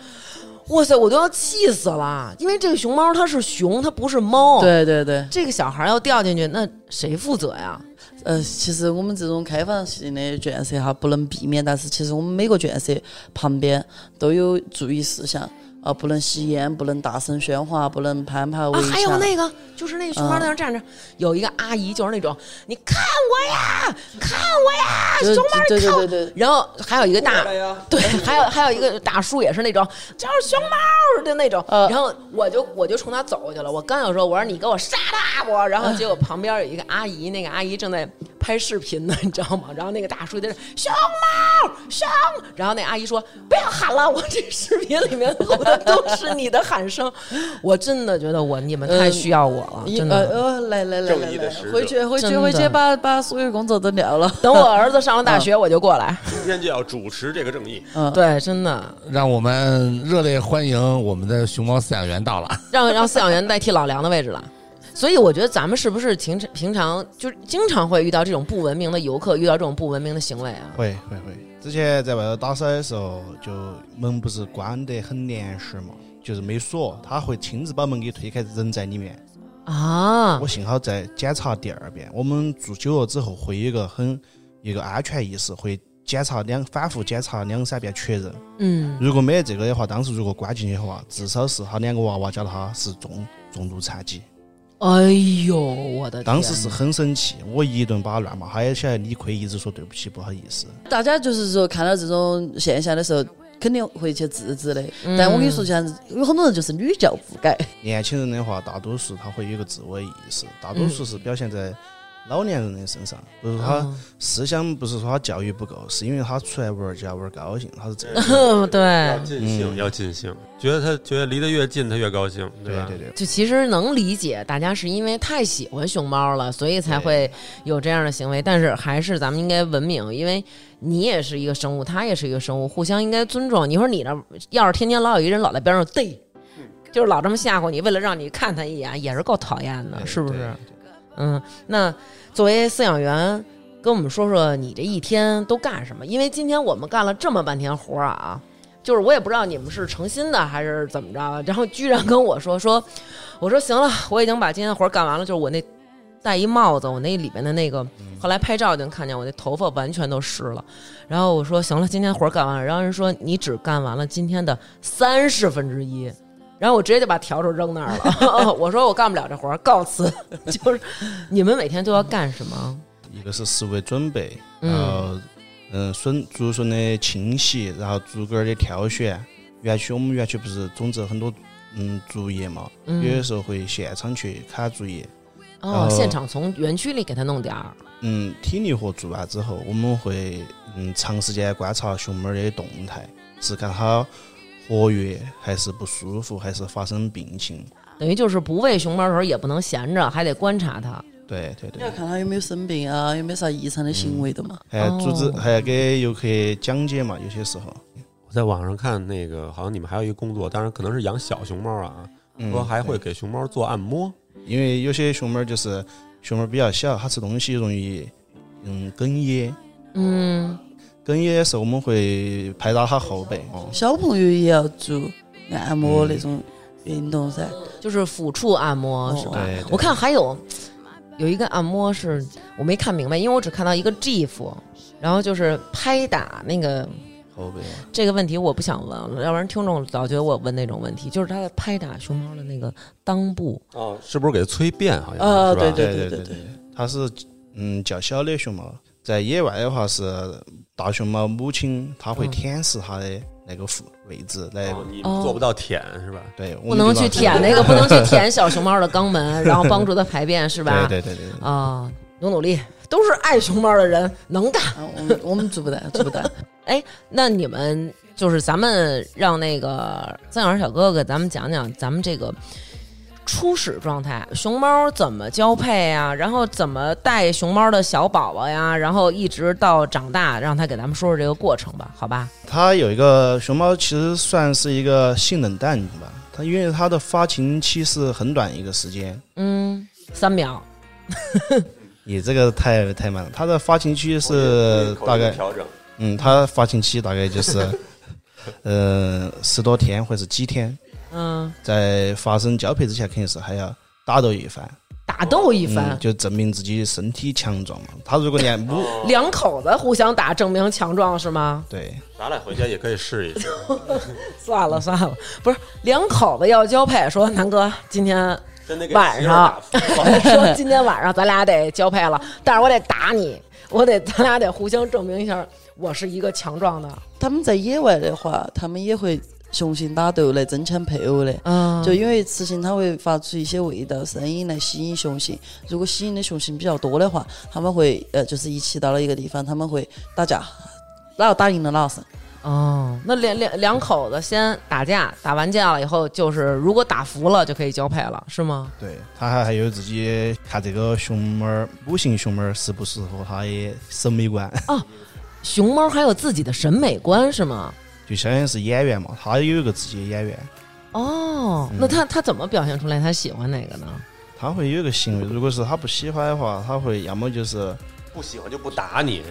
Speaker 2: 哇塞，我都要气死了！因为这个熊猫它是熊，它不是猫。，
Speaker 5: 对对对，
Speaker 2: 这个小孩要掉进去，那谁负责呀？
Speaker 5: 呃，其实我们这种开放性的圈舍哈，不能避免，但是其实我们每个圈舍旁边都有注意事项。啊，不能吸烟，不能大声喧哗，不能攀爬围
Speaker 2: 啊，
Speaker 5: 墙。
Speaker 2: 还有那个，就是那熊猫
Speaker 5: 嗯
Speaker 2: 在那儿站着，有一个阿姨，就是那种你看我呀，看我呀，
Speaker 5: 对
Speaker 2: 熊猫，
Speaker 5: 对
Speaker 2: 你看我。
Speaker 5: 对对对
Speaker 2: 然后还有一个大，对，还有还有一个大叔也是那种就是熊猫的那种。
Speaker 5: 呃
Speaker 2: 然后我就我就冲他走过去了，我刚要说我说你给我杀他啊我，然
Speaker 5: 嗯
Speaker 2: 后结果旁边有一个阿姨，那个阿姨正在拍视频呢， 你知道吗？然后那个大叔在那熊猫熊，然后那阿姨说不要喊了，我这视频里面录的都是你的喊声，我真的觉得我你们太需要我了，
Speaker 5: 一
Speaker 2: 真
Speaker 5: 呃
Speaker 2: 的。
Speaker 5: 呃，来来来
Speaker 7: 正
Speaker 5: 来
Speaker 7: 义的
Speaker 5: 来
Speaker 7: 使，者
Speaker 5: 回去回
Speaker 2: 真
Speaker 5: 去
Speaker 2: 的
Speaker 5: 回去把把所有工作都聊了。
Speaker 2: 等我儿子上了大学，我就过来。
Speaker 7: 今天就要主持这个正义。
Speaker 5: 嗯，
Speaker 2: 嗯 对，真的，
Speaker 4: 让我们热烈欢迎我们的熊猫饲养员到了。
Speaker 2: 让让饲养员代替老梁的位置了。所以我觉得咱们是不是平平常就是经常会遇到这种不文明的游客，遇到这种不文明的行为啊？
Speaker 8: 会会会。之前在外头打扫的时候，就门不是关得很严实嘛，就是没锁，他会亲自把门给推开，人在里面。
Speaker 2: 啊
Speaker 8: 我，幸好再检查第二遍。我们住久了之后，会有一个很一个安全意识，会检查两反复检查两三遍确认。
Speaker 2: 嗯，
Speaker 8: 如果没得这个的话，当时如果关进去的话，至少是他两个娃娃加他是重重度残疾。
Speaker 2: 哎呦，我的天
Speaker 8: 当时是很生气，我一顿把他乱骂，他也晓得理亏，一直说对不起，不好意思。
Speaker 5: 大家就是说看到这种现象的时候，肯定会去制止的。但我跟你说，像有很多人就是屡教不改。
Speaker 8: 年轻人的话，大多数他会有一个自我意识，大多数是表现在老年人的身上，不是他思想，不是说他教育不够，是因为他出来玩儿家玩儿高兴，他是这样。
Speaker 2: 嗯，
Speaker 7: 要
Speaker 2: 对，
Speaker 7: 尽兴，
Speaker 8: 嗯
Speaker 7: 要尽兴，觉得他觉得离得越近，他越高兴，
Speaker 8: 对
Speaker 7: 吧？
Speaker 8: 对对，
Speaker 2: 就其实能理解，大家是因为太喜欢熊猫了，所以才会有这样的行为。但是还是咱们应该文明，因为你也是一个生物，它也是一个生物，互相应该尊重。你说你那要是天天老有一人老在边上逮，就是老这么吓唬你，为了让你看他一眼，也是够讨厌的，是不
Speaker 8: 对
Speaker 2: 是？？嗯，那作为饲养员，跟我们说说你这一天都干什么？因为今天我们干了这么半天活儿啊，就是我也不知道你们是诚心的还是怎么着，然后居然跟我说说，我说行了，我已经把今天的活儿干完了，就是我那戴一帽子，我那里面的那个，后来拍照就能看见我那头发完全都湿了，然后我说行了，今天活儿干完了，然后人说你只干完了今天的三十分之一。然后我直接就把笤帚扔那儿了， 我说我干不了这活儿，告辞。 就是你们每天都要干什么？
Speaker 8: 一个是食物的准备，
Speaker 2: 嗯
Speaker 8: 然后嗯，笋竹笋的清洗，然后竹竿儿的挑选。园区我们园区不是种植很多嗯竹叶嘛，
Speaker 2: 嗯
Speaker 8: 有的时候会现场去砍竹叶。
Speaker 2: 哦，
Speaker 8: 呃
Speaker 2: 现场从园区里给他弄点儿。
Speaker 8: 嗯，体力活做完之后，我们会嗯长时间观察熊猫儿的动态，是看它活跃还是不舒服，还是发生病情。
Speaker 2: 等于就是不喂熊猫的时候也不能闲着，还得观察它。
Speaker 8: 对对
Speaker 5: 你要
Speaker 8: 对，
Speaker 5: 看他有没有生病啊，有没有啥异常的行为的嘛。
Speaker 8: 还组织
Speaker 2: 哦
Speaker 8: 还要给游客讲解嘛，有些时候。
Speaker 7: 我在网上看那个，好像你们还有一个工作，当然可能是养小熊猫啊，
Speaker 8: 嗯，
Speaker 7: 说还会
Speaker 8: 对，
Speaker 7: 给熊猫做按摩。
Speaker 8: 因为有些熊猫儿就是熊猫儿比较小，它吃东西容易嗯哽咽，
Speaker 2: 嗯，
Speaker 8: 哽咽的时候我们会拍到它后背。哦，
Speaker 5: 小朋友也要做按摩那种运动噻。
Speaker 2: 就是抚触按摩、
Speaker 5: 哦
Speaker 2: 是吧？
Speaker 8: 对对
Speaker 2: 我看还有有一个按摩是我没看明白，因为我只看到一个 GIF，然后就是拍打那个
Speaker 8: 后背。
Speaker 2: 这个问题我不想问了，要不然听众老觉得我问那种问题，就是他在拍打熊猫的那个裆部。
Speaker 7: 哦，是不是给它催便？好像
Speaker 5: 啊
Speaker 7: 是吧？
Speaker 5: 对对
Speaker 8: 对
Speaker 5: 对
Speaker 8: 对，它是嗯较小的熊猫，在野外的话是大熊猫母亲，它会
Speaker 2: 嗯
Speaker 8: 舔舐它的那个腹位置来，
Speaker 7: 哦你们做不到舔是吧？
Speaker 8: 对，我
Speaker 2: 不
Speaker 8: 们
Speaker 2: 能
Speaker 8: 就
Speaker 2: 去
Speaker 8: 把
Speaker 2: 舔那个，不能去舔小熊猫的肛门，然后帮助它排便，是吧？
Speaker 8: 对对对对对，
Speaker 2: 啊、努努力，都是爱熊猫的人，能干。
Speaker 5: 啊，我们我们做不到，做不到。
Speaker 2: 那你们就是咱们让那个饲养员小哥哥，咱们讲讲咱们这个初始状态，熊猫怎么交配啊，然后怎么带熊猫的小宝宝呀，然后一直到长大，让他给咱们说说这个过程吧，好吧？
Speaker 8: 它有一个熊猫，其实算是一个性冷淡吧。它因为它的发情期是很短一个时间，
Speaker 2: 嗯，三秒，
Speaker 8: 你这个太太慢了。它的发情期是哦大概，
Speaker 7: 调整。
Speaker 8: 嗯，它发情期大概就是， 呃，十多天或者是几天，
Speaker 2: 嗯，
Speaker 8: 在发生交配之前肯定是还要打斗一番。
Speaker 2: 打打斗一番
Speaker 8: 嗯，，就证明自己身体强壮嘛。他如果连武，
Speaker 2: 两口子互相嗯打，证明强壮是吗？
Speaker 8: 对，
Speaker 3: 咱俩回家也可以试一试。
Speaker 2: 算了算了，不是两口子要交配，说南哥今天
Speaker 3: 真的给
Speaker 2: 晚
Speaker 3: 媳妇儿打
Speaker 2: 上，说今天晚上咱俩得交配了， 但是我得打你，我得咱俩得互相证明一下，我是一个强壮的。
Speaker 5: 他们在野外的话，他们也会雄性打斗来争抢配偶的。
Speaker 2: 嗯
Speaker 5: 就因为雌性它会发出一些味道、声音来吸引雄性，如果吸引的雄性比较多的话，他们会呃就是一起到了一个地方，他们会打架，哪个打赢了哪个胜。
Speaker 2: 哦，那两两两口子先打架，打完架了以后，就是如果打服了就可以交配了，是吗？
Speaker 8: 对他还还有自己看这个熊猫儿母性熊猫儿适不适合它的审美观，
Speaker 2: 熊猫还有自己的审美观是吗？
Speaker 8: 就相当于是演员嘛，他有一个自己的演员，
Speaker 2: 哦，那他他怎么表现出来他喜欢哪个呢？
Speaker 8: 他会有一个行为，如果是他不喜欢的话，他会要么就是
Speaker 3: 不喜欢就不打你。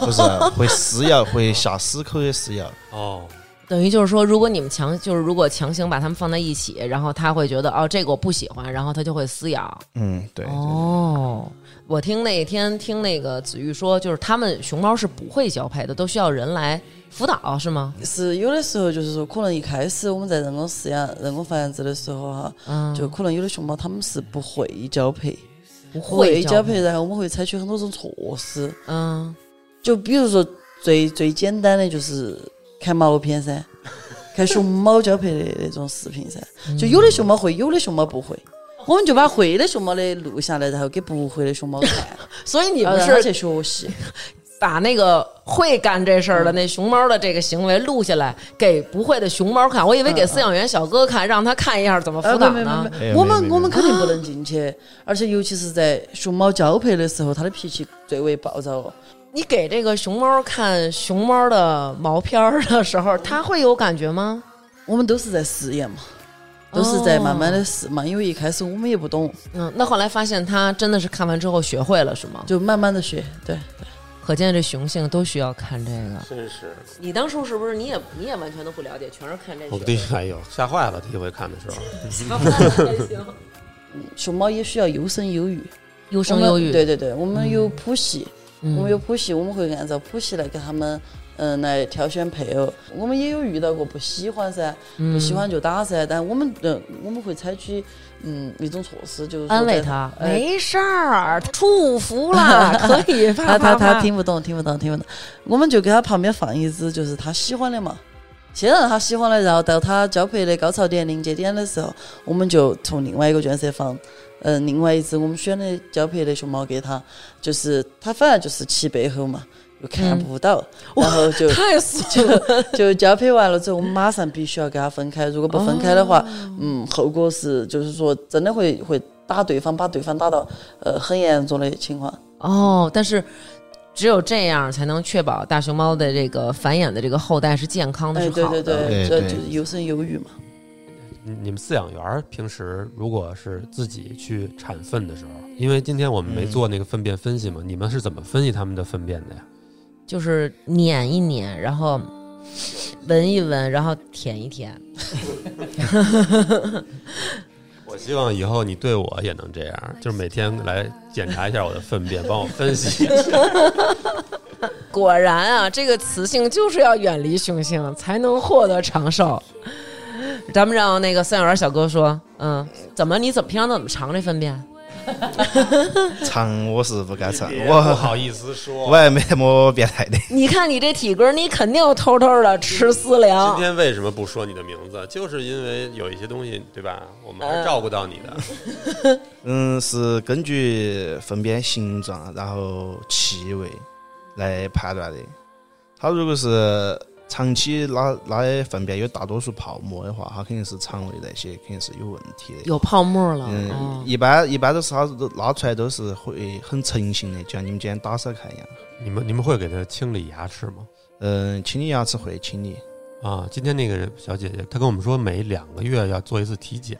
Speaker 8: 不是会撕咬，会下死口的撕咬，
Speaker 3: 哦，
Speaker 2: 等于就是说，如果你们强，就是如果强行把他们放在一起，然后他会觉得哦，这个我不喜欢，然后他就会撕咬。
Speaker 8: 嗯，对，对
Speaker 2: 哦，我听那天听那个子玉说，就是他们熊猫是不会交配的，都需要人来辅导，是吗？
Speaker 5: 是有的时候就是说，可能一开始我们在人工饲养、人工繁殖的时候哈，
Speaker 2: 嗯，
Speaker 5: 就可能有的熊猫它们是不会交配，
Speaker 2: 不
Speaker 5: 不
Speaker 2: 会
Speaker 5: 交
Speaker 2: 配。
Speaker 5: 配，然后我们会采取很多种措施，
Speaker 2: 嗯，
Speaker 5: 就比如说最最简单的就是看毛片噻，看熊猫交配的那种视频噻。
Speaker 8: 嗯
Speaker 5: 就有的熊猫会，有的熊猫不会。我们就把会的熊猫的录下来，然后给不会的熊猫 看，
Speaker 2: 所以你
Speaker 5: 然后
Speaker 2: 们
Speaker 5: 让它去
Speaker 2: 是
Speaker 5: 学习。
Speaker 2: 把那个会干这事儿的那熊猫的这个行为录下来给不会的熊猫看，我以为给饲养员小哥看，让他看一下怎么
Speaker 5: 呃，
Speaker 2: 辅
Speaker 5: 没
Speaker 2: 导
Speaker 5: 没
Speaker 2: 呢
Speaker 5: 没。
Speaker 8: 哎
Speaker 5: 没，
Speaker 8: 呀
Speaker 5: 我
Speaker 8: 没
Speaker 5: 们
Speaker 8: 没
Speaker 5: 我们肯定不能进去，而且尤其是在熊猫交配的时候，它的脾气最为暴躁哦。
Speaker 2: 你给这个熊猫看熊猫的毛片儿的时候，它会有感觉吗？
Speaker 5: 我们都是在试验嘛，都是在慢慢的试嘛，因为一开始我们也不懂，
Speaker 2: 嗯，那后来发现它真的是看完之后学会了，是吗？
Speaker 5: 就慢慢的学。对，
Speaker 2: 可见这雄性都需要看这个。
Speaker 3: 真是
Speaker 2: 你当初是不是你也你也完全都不了解，全是看这
Speaker 3: 我
Speaker 7: 哦
Speaker 2: 些？
Speaker 3: 第哎呦吓坏了，第一回看的时候。
Speaker 2: 行，
Speaker 5: 熊猫也需要优生优育，
Speaker 2: 优
Speaker 5: 我
Speaker 2: 生
Speaker 5: 们
Speaker 2: 优育，
Speaker 5: 对对对，我们有谱系，
Speaker 2: 嗯，
Speaker 5: 我们有谱系，我们会按照谱系来给他们。嗯，来挑选配偶，我们也有遇到过不喜欢噻，
Speaker 2: 嗯
Speaker 5: 不喜欢就打噻，但我们呃我们会采取嗯一种措施，就是说
Speaker 2: 安慰
Speaker 5: 在
Speaker 2: 他，
Speaker 5: 哎
Speaker 2: 没事儿，出福 了，呃可以，
Speaker 5: 他
Speaker 2: 啪
Speaker 5: 他
Speaker 2: 啪
Speaker 5: 他
Speaker 2: 啪
Speaker 5: 听不懂，听不懂，听不懂。我们就给他旁边放一只，就是他喜欢的嘛。先让他喜欢的，然后到他交配的高潮点、临界点的时候，我们就从另外一个圈舍放，嗯、另外一只我们选的交配的熊猫给他，就是他反正就是骑背后嘛，又看不到，然后就
Speaker 2: 太损了，
Speaker 5: 就就交配完了之后，我们马上必须要给他分开。如果不分开的话，嗯，后果是就是说真的会会打对方，把对方打到呃很严重的情况。
Speaker 2: 哦，但是。只有这样才能确保大熊猫的这个繁衍的这个后代是健康的，
Speaker 5: 哎，
Speaker 2: 是
Speaker 5: 对
Speaker 2: 好
Speaker 5: 对
Speaker 2: 的。
Speaker 5: 对，
Speaker 8: 对
Speaker 5: 这
Speaker 8: 对
Speaker 5: 就是有生有育嘛。
Speaker 3: 你你们饲养员儿平时如果是自己去产粪的时候，因为今天我
Speaker 2: 嗯
Speaker 3: 们没做那个粪便分析嘛，你们是怎么分析他们的粪便的呀？
Speaker 2: 就是碾一碾，然后闻一闻，然后舔一舔。
Speaker 3: 我希望以后你对我也能这样，就是每天来检查一下我的粪便，帮我分析一下。
Speaker 2: 果然啊，这个雌性就是要远离雄性，才能获得长寿。咱们让那个饲养员小哥说，嗯，怎么你怎么平常怎么尝这粪便？
Speaker 8: 尝我是不敢 尝，
Speaker 3: 别不
Speaker 8: 我
Speaker 3: 好意思说，
Speaker 8: 我还没那么变态的，
Speaker 2: 你看你这体格，你肯定偷偷的吃私粮
Speaker 3: 今。天为什么不说你的名字？就是因为有一些东西，对吧？我们还是照顾到你的。
Speaker 8: 嗯，是根据粪便形状，啊然后气味来判断的。它如果是长期拉拉的粪便有大多数泡沫的话，它肯定是肠胃那些肯定是有问题的。
Speaker 2: 有泡沫了，
Speaker 8: 嗯，
Speaker 2: 哦
Speaker 8: 一般一般都是它都拉出来都是会很成型的，就像你们今天打扫看一样。
Speaker 3: 你们你们会给它清理牙齿吗？
Speaker 8: 嗯，清理牙齿会清理，
Speaker 3: 啊，今天那个小姐姐她跟我们说，每两个月要做一次体检。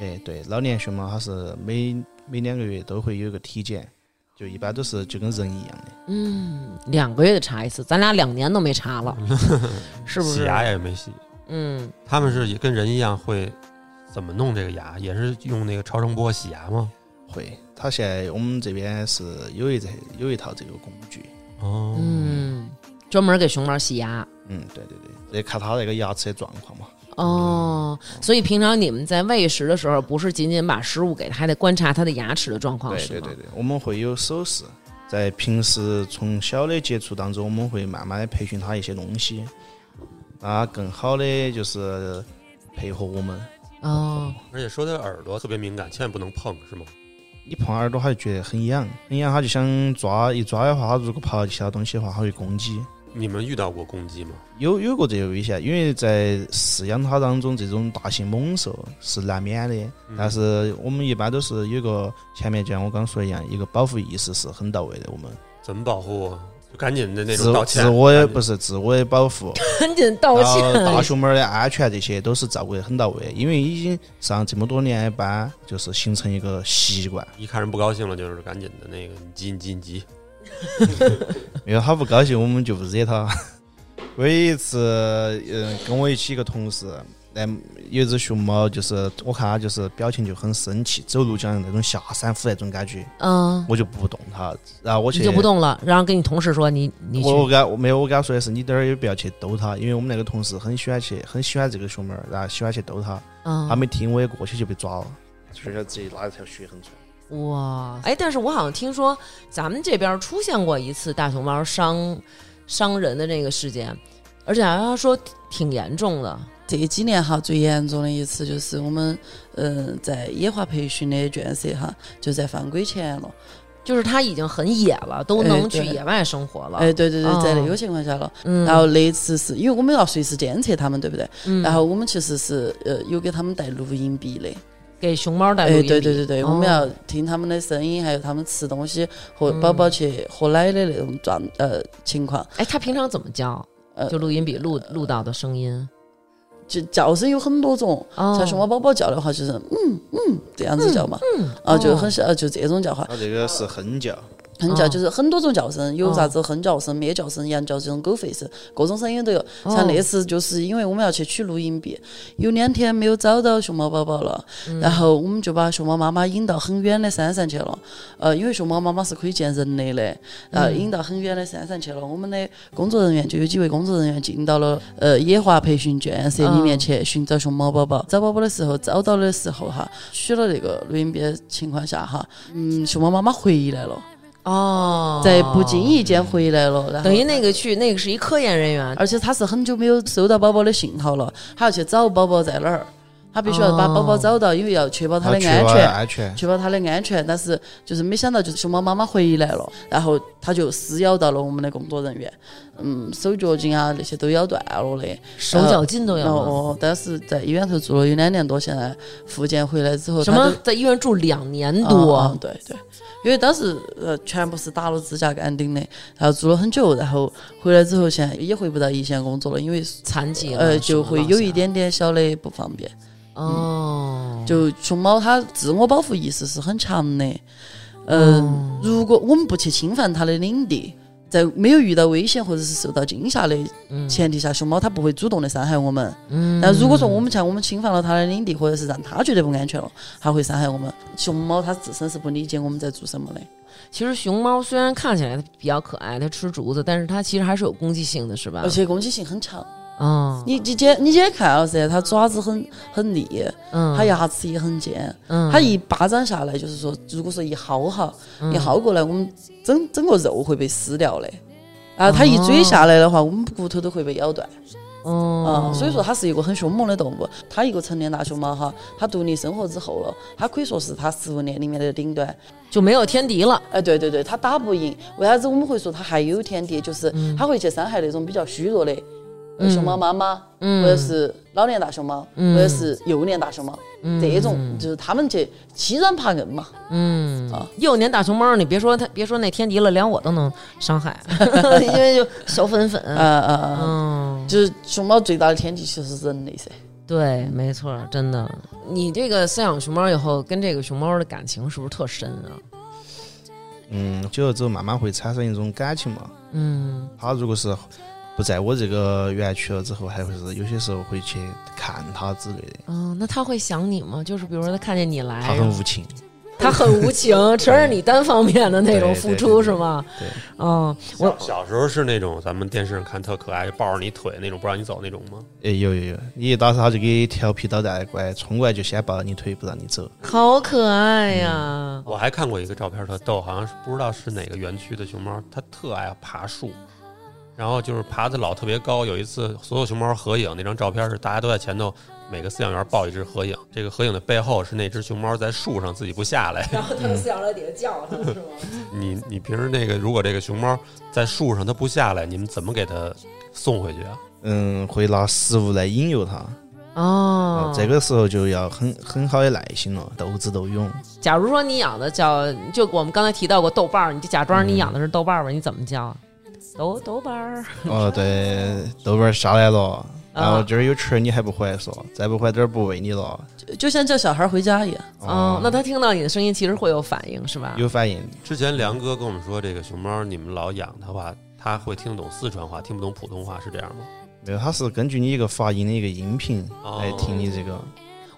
Speaker 8: 哎，对，老年熊猫它是每每两个月都会有一个体检，就一般都是就跟人一样的。
Speaker 2: 嗯，两个月得查一次，咱俩两年都没查 了，是不
Speaker 3: 洗
Speaker 2: 是？
Speaker 3: 牙也没洗，
Speaker 2: 嗯，
Speaker 3: 他们是也跟人一样会怎么弄这个牙，也是用那个超声波洗牙吗？
Speaker 8: 会，它现在我们这边是有一这有一套这个工具，
Speaker 7: 哦，
Speaker 2: 嗯，专门给熊猫洗牙。
Speaker 8: 嗯，对对对，来看它那个牙齿的状况嘛。
Speaker 2: 哦，所以平常你们在喂食的时候，不是仅仅把食物给它，还得观察它的牙齿的状况，
Speaker 8: 对
Speaker 2: 啊是
Speaker 8: 对
Speaker 2: 吗？
Speaker 8: 对对，我们会有手势，在平时从小的接触当中，我们会慢慢的培训它一些东西，啊，更好的就是配合我们。
Speaker 2: 哦，
Speaker 3: 而且说它耳朵特别敏感，千万不能碰，是吗？
Speaker 8: 你碰耳朵，它就觉得很痒，很痒，它就想抓。一抓的话，它如果爬其他东西的话，它会攻击。
Speaker 3: 你们遇到过攻击吗？
Speaker 8: 有有过这个危险，因为在饲养它当中，这种大型猛兽是难免的。
Speaker 3: 嗯
Speaker 8: 但是我们一般都是有个前面就像我刚说一样，一个保护意识是很到位的。我们
Speaker 3: 怎么保护啊？就赶紧的那
Speaker 8: 自
Speaker 3: 种道歉，
Speaker 8: 自我
Speaker 3: 赶
Speaker 8: 的
Speaker 3: 紧
Speaker 8: 不是自我的保护，
Speaker 2: 赶紧道
Speaker 8: 然后大
Speaker 2: 歉。
Speaker 8: 熊猫的安全这些都是照顾的很到位，因为已经上这么多年的班，就是形成一个习惯。
Speaker 3: 一看人不高兴了，就是赶紧的那个，你急你急你急，
Speaker 8: 因为他不高兴，我们就不惹他。 我有一次，嗯，跟我一起一个同事，那有一只熊猫，就是我看它就是表情就很生气，走路像那种下山虎那种感觉，
Speaker 2: 嗯，
Speaker 8: 我就不动它，然后我去
Speaker 2: 你就不。动了，然后跟你同事说你你去
Speaker 8: 我我跟他我没有，我跟他说的是，你等会儿也不要去逗它，因为我们那个同事很喜欢去，很喜欢这个熊猫，然后喜欢去逗它，
Speaker 2: 嗯
Speaker 8: 他没听，我也过去就被抓了，学校直接拉一条血痕出来。
Speaker 2: 哇，哎，但是我好像听说咱们这边出现过一次大熊猫伤伤人的这个事件，而且好像说挺严重的。
Speaker 5: 这几年哈，最严重的一次就是我们嗯、呃在野化培训的圈舍哈，就在犯规前了。
Speaker 2: 就是它已经很野了，都
Speaker 5: 哎
Speaker 2: 能去
Speaker 5: 对
Speaker 2: 野外生活了。
Speaker 5: 哎，对对对，在
Speaker 2: 哦
Speaker 5: 那个情况下了。
Speaker 2: 嗯，
Speaker 5: 然后那次是因为我们要随时监测他们，对不对？
Speaker 2: 嗯
Speaker 5: 然后我们其实是呃有给他们带录音笔的，
Speaker 2: 给熊猫带
Speaker 5: 哎，
Speaker 2: 录音
Speaker 5: 对对
Speaker 2: 笔
Speaker 5: 对对，
Speaker 2: 哦
Speaker 5: 我们要听他们的声音，还有他们吃东西和
Speaker 2: 嗯
Speaker 5: 宝宝去喝奶的那种状呃情况。
Speaker 2: 哎，他平常怎么教？
Speaker 5: 呃
Speaker 2: 就录音笔录录到的声音。
Speaker 5: 就叫声有很多种，
Speaker 2: 哦，
Speaker 5: 像熊猫宝宝叫的话就是嗯嗯这样子叫嘛，啊就很像呃就这种叫法，
Speaker 8: 它这个是哼叫，
Speaker 5: 哼叫
Speaker 2: 哦
Speaker 5: 就是很多种叫声，有啥
Speaker 2: 哦
Speaker 5: 子哼叫声、咩叫声、羊叫声、狗吠声，各种声音都有。像那次就是因为我们要去取录音笔，有两天没有找到熊猫宝宝了，然后我们就把熊猫妈妈引到很远的山上去了。呃，因为熊猫妈妈是可以见人类的，呃，引到很远的山上去了。我们的工作人员就有几位工作人员进到了呃野化培训圈舍里面去寻找熊猫宝宝。找宝宝的时候，找到的时候哈，取了那个录音笔的情况下哈，嗯，熊猫妈妈回来了。
Speaker 2: 哦，
Speaker 5: 在不经意间回来了，然后
Speaker 2: 等于那个去那个是一科研人员。
Speaker 5: 而且他是很久没有收到宝宝的信号了，他要去找宝宝在哪儿，他必须要把
Speaker 2: 哦
Speaker 5: 宝宝找到，因为要确保他的
Speaker 8: 它
Speaker 5: 安
Speaker 8: 确保
Speaker 5: 全。
Speaker 8: 安全。
Speaker 5: 确保他的安全，但是就是没想到，就是熊猫妈妈回来了，然后他就撕咬到了我们的工作人员，嗯，手脚筋啊那些都咬断了的，
Speaker 2: 手脚筋都有
Speaker 5: 然后
Speaker 2: 了。
Speaker 5: 呃哦，但是在医院头住了有两年多，现在复健回来之后，
Speaker 2: 什
Speaker 5: 他
Speaker 2: 么
Speaker 5: 都？
Speaker 2: 在医院住两年
Speaker 5: 啊
Speaker 2: 多
Speaker 5: 啊，对对，因为当时呃全部是打了支架跟钉的，然后住了很久，然后回来之后现在也回不到一线工作了，因为
Speaker 2: 残疾了
Speaker 5: 呃就会有一。
Speaker 2: 手脚
Speaker 5: 点点小的不方便。
Speaker 2: 落下哦，
Speaker 5: 就熊猫它自我保护意识是很强的，嗯，如果我们不去侵犯它的领地。在没有遇到危险或者是受到惊吓的嗯
Speaker 2: 嗯
Speaker 5: 前提下，熊猫它不会主动的伤害我们。嗯，但如果说我们像我们侵犯了它的领地，或者是让它觉得不安全了，它会伤害我们。熊猫它自身是不理解我们在做什么的。
Speaker 2: 其实熊猫虽然看起来比较可爱，它吃竹子，但是它其实还是有攻击性的，是吧
Speaker 5: 而？且攻击性很强。
Speaker 2: 嗯
Speaker 5: 你你今你今天看了噻，它爪子很很利，
Speaker 2: 嗯，
Speaker 5: 它牙齿也很尖，
Speaker 2: 嗯
Speaker 5: 它一巴掌下来就是说，如果说一薅哈，
Speaker 2: 嗯
Speaker 5: 一薅过来，我们整整个肉会被撕掉的。
Speaker 2: 哦
Speaker 5: 啊，它一追下来的话，我们骨头都会被咬断啊、
Speaker 2: 哦，
Speaker 5: 所以说它是一个很凶猛的动物。它一个成年大熊猫哈，它独立生活之后了，它可以说是它食物链里面的顶端。
Speaker 2: 就没有天敌了。
Speaker 5: 哎，对对对，它打不赢。为啥子我们会说它还有天敌？就是
Speaker 2: 嗯
Speaker 5: 它会去伤害那种比较虚弱的呃熊猫妈妈，
Speaker 2: 嗯
Speaker 5: 或者是老年大熊猫，或者是幼年大熊猫，
Speaker 2: 嗯
Speaker 5: 这种就是它们去欺软怕硬嘛。
Speaker 2: 幼年大熊猫，你别说它，别说那天敌了，连我都能伤 害，因为就小粉粉。
Speaker 5: 呃呃，呃
Speaker 2: 嗯，
Speaker 5: 就是熊猫最大的天敌其实是人类噻。
Speaker 2: 对，没错，真的。你这个饲养熊猫以后，跟这个熊猫的感情是不是特深啊？
Speaker 8: 嗯，久了之后慢慢会产生一种感情嘛。
Speaker 2: 嗯，
Speaker 8: 它如果是不在我这个园区了之后，还会是有些时候会去看它之类的。
Speaker 2: 嗯哦，那它会想你吗？就是比如说它看见你
Speaker 8: 它
Speaker 2: 来，
Speaker 8: 很无情，
Speaker 2: 他很无情， 全是你单方面的那种付出，
Speaker 8: 对对对对
Speaker 2: 是吗？
Speaker 8: 对，
Speaker 2: 嗯，我
Speaker 3: 小时候是那种咱们电视上看特可爱，抱着你腿那种不让你走那种吗？
Speaker 8: 哎有有有，你一到时候就给调皮捣蛋过来，冲过来就先抱着你腿不让你走。
Speaker 2: 好可爱呀！
Speaker 3: 我还看过一个照片特逗，好像是不知道是哪个园区的熊猫，它特爱爬树，然后就是爬的老特别高。有一次所有熊猫合影，那张照片是大家都在前头，每个饲养员抱一只合影。这个合影的背后是那只熊猫在树上自己不下来。
Speaker 2: 然后
Speaker 8: 嗯
Speaker 2: 他们饲养在底下叫他，是吗？
Speaker 3: 你你平时那个如果这个熊猫在树上它不下来，你们怎么给它送回去啊？
Speaker 8: 嗯，会拿食物来引诱它，啊
Speaker 2: 哦，
Speaker 8: 这个时候就要很很好的耐心了，斗智斗勇。
Speaker 2: 假如说你养的叫，就我们刚才提到过豆瓣儿，你就假装
Speaker 8: 嗯
Speaker 2: 你养的是豆瓣儿吧，你怎么叫嗯啊？豆豆瓣儿，
Speaker 8: 哦，对，豆瓣儿下来了，然后
Speaker 2: 啊
Speaker 8: 这儿有吃儿你还不回来说，再不回来这儿不喂你了。
Speaker 5: 就就像叫小孩回家一样。
Speaker 2: 哦，那他听到你的声音，其实会有反应，是吧？
Speaker 8: 有反应，
Speaker 3: 之前梁哥跟我们说，这个熊猫你们老养它话，它会听得懂四川话，听不懂普通话，是这样吗？
Speaker 8: 没有？它是根据你一个发音的一个音频
Speaker 3: 哦
Speaker 8: 来听你这个。